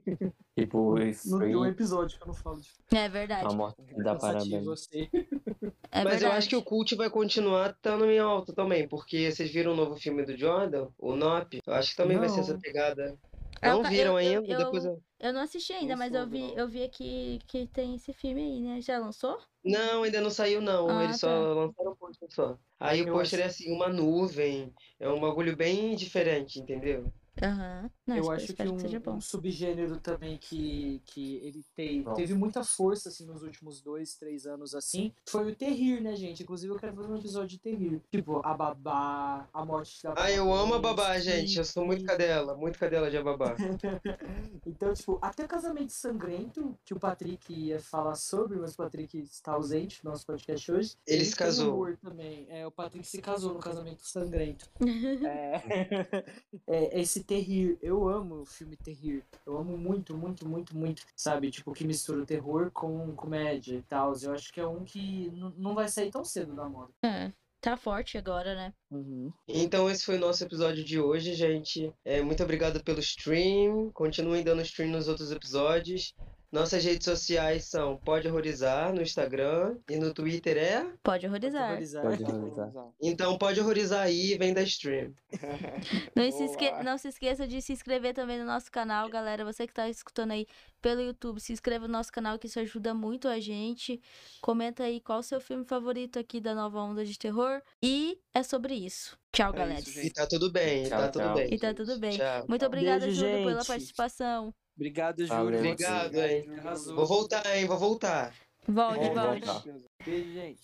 [SPEAKER 5] Tipo, o
[SPEAKER 6] Não tem um
[SPEAKER 5] Free,
[SPEAKER 6] episódio que eu não falo de
[SPEAKER 3] É verdade.
[SPEAKER 5] a morte que dá
[SPEAKER 6] Cansativo,
[SPEAKER 5] parabéns.
[SPEAKER 6] eu sei.
[SPEAKER 3] É
[SPEAKER 1] Mas
[SPEAKER 3] verdade.
[SPEAKER 1] eu acho que o cult vai continuar estando em alta também, porque vocês viram o novo filme do Jordan, o Nop? Eu acho que também vai ser essa
[SPEAKER 6] Não.
[SPEAKER 1] pegada.
[SPEAKER 3] Eu
[SPEAKER 1] Não
[SPEAKER 3] ta-
[SPEAKER 1] viram
[SPEAKER 3] tá, eu- eu-
[SPEAKER 1] ainda? Depois
[SPEAKER 3] eu-
[SPEAKER 1] eu-
[SPEAKER 3] Eu não assisti ainda,
[SPEAKER 4] Não
[SPEAKER 3] mas eu
[SPEAKER 4] soube,
[SPEAKER 3] vi,
[SPEAKER 4] não.
[SPEAKER 3] eu vi aqui que tem esse filme aí, né? Já lançou?
[SPEAKER 1] Não, ainda não saiu, não.
[SPEAKER 3] Ah,
[SPEAKER 1] Eles só
[SPEAKER 3] tá.
[SPEAKER 1] lançaram o pôster só. Aí o
[SPEAKER 6] Eu
[SPEAKER 1] pôster é assim, uma nuvem. É um bagulho bem diferente, entendeu?
[SPEAKER 3] Aham. Não,
[SPEAKER 6] eu
[SPEAKER 3] espero-
[SPEAKER 6] acho que
[SPEAKER 3] espero que seja
[SPEAKER 6] um,
[SPEAKER 3] bom.
[SPEAKER 6] um subgênero também que, que ele te-
[SPEAKER 5] Bom.
[SPEAKER 6] teve muita força assim nos últimos dois, três anos assim, foi o terrir, né, gente? Inclusive eu quero fazer um episódio de terrir, tipo a babá, a morte da
[SPEAKER 1] Ah, eu amo a babá,
[SPEAKER 6] protagonista,
[SPEAKER 1] gente. Eu sou muito
[SPEAKER 6] e-
[SPEAKER 1] cadela, muito cadela de babá.
[SPEAKER 6] Então, tipo, até Casamento Sangrento, que o Patrick ia falar sobre, mas o Patrick está ausente no nosso podcast hoje.
[SPEAKER 1] Ele se
[SPEAKER 6] tem
[SPEAKER 1] casou.
[SPEAKER 6] humor também. É, o Patrick se casou no Casamento Sangrento. é, é, esse terrir, eu amo o filme terrir. Eu amo muito, muito, muito, muito. Sabe, tipo, que mistura o terror com comédia e tal. Eu acho que é um que n- não vai sair tão cedo da moda.
[SPEAKER 3] É, tá forte agora, né?
[SPEAKER 1] Então, esse foi o nosso episódio de hoje, gente. É, muito obrigado pelo stream. Continuem dando stream nos outros episódios. Nossas redes sociais são Pode Horrorizar no Instagram e no Twitter é.
[SPEAKER 3] Pode horrorizar.
[SPEAKER 5] Pode
[SPEAKER 4] Vamos
[SPEAKER 5] realizar.
[SPEAKER 4] lá.
[SPEAKER 1] Então, Pode Horrorizar aí e vem da stream.
[SPEAKER 3] Não se,
[SPEAKER 4] Boa.
[SPEAKER 3] esque- não se esqueça de se inscrever também no nosso canal, galera. Você que tá escutando aí pelo YouTube, se inscreva no nosso canal, que isso ajuda muito a gente. Comenta aí qual o seu filme favorito aqui da nova onda de terror. E é sobre isso. Tchau,
[SPEAKER 4] É isso,
[SPEAKER 3] galera.
[SPEAKER 1] E tá tudo bem, e
[SPEAKER 5] Tchau,
[SPEAKER 1] tá tudo
[SPEAKER 5] tchau.
[SPEAKER 1] bem.
[SPEAKER 3] E tá
[SPEAKER 1] gente.
[SPEAKER 3] tudo bem.
[SPEAKER 1] Tchau.
[SPEAKER 3] Muito obrigada,
[SPEAKER 8] Beijo,
[SPEAKER 3] Júlio, pela
[SPEAKER 8] gente.
[SPEAKER 3] participação.
[SPEAKER 8] Obrigado,
[SPEAKER 5] Valeu,
[SPEAKER 8] Júlio.
[SPEAKER 5] você.
[SPEAKER 1] Obrigado, hein?
[SPEAKER 8] Arrasou.
[SPEAKER 1] Vou voltar, hein? Vou voltar.
[SPEAKER 3] Volte,
[SPEAKER 5] Vou
[SPEAKER 3] volte.
[SPEAKER 5] voltar.
[SPEAKER 8] Beijo, gente.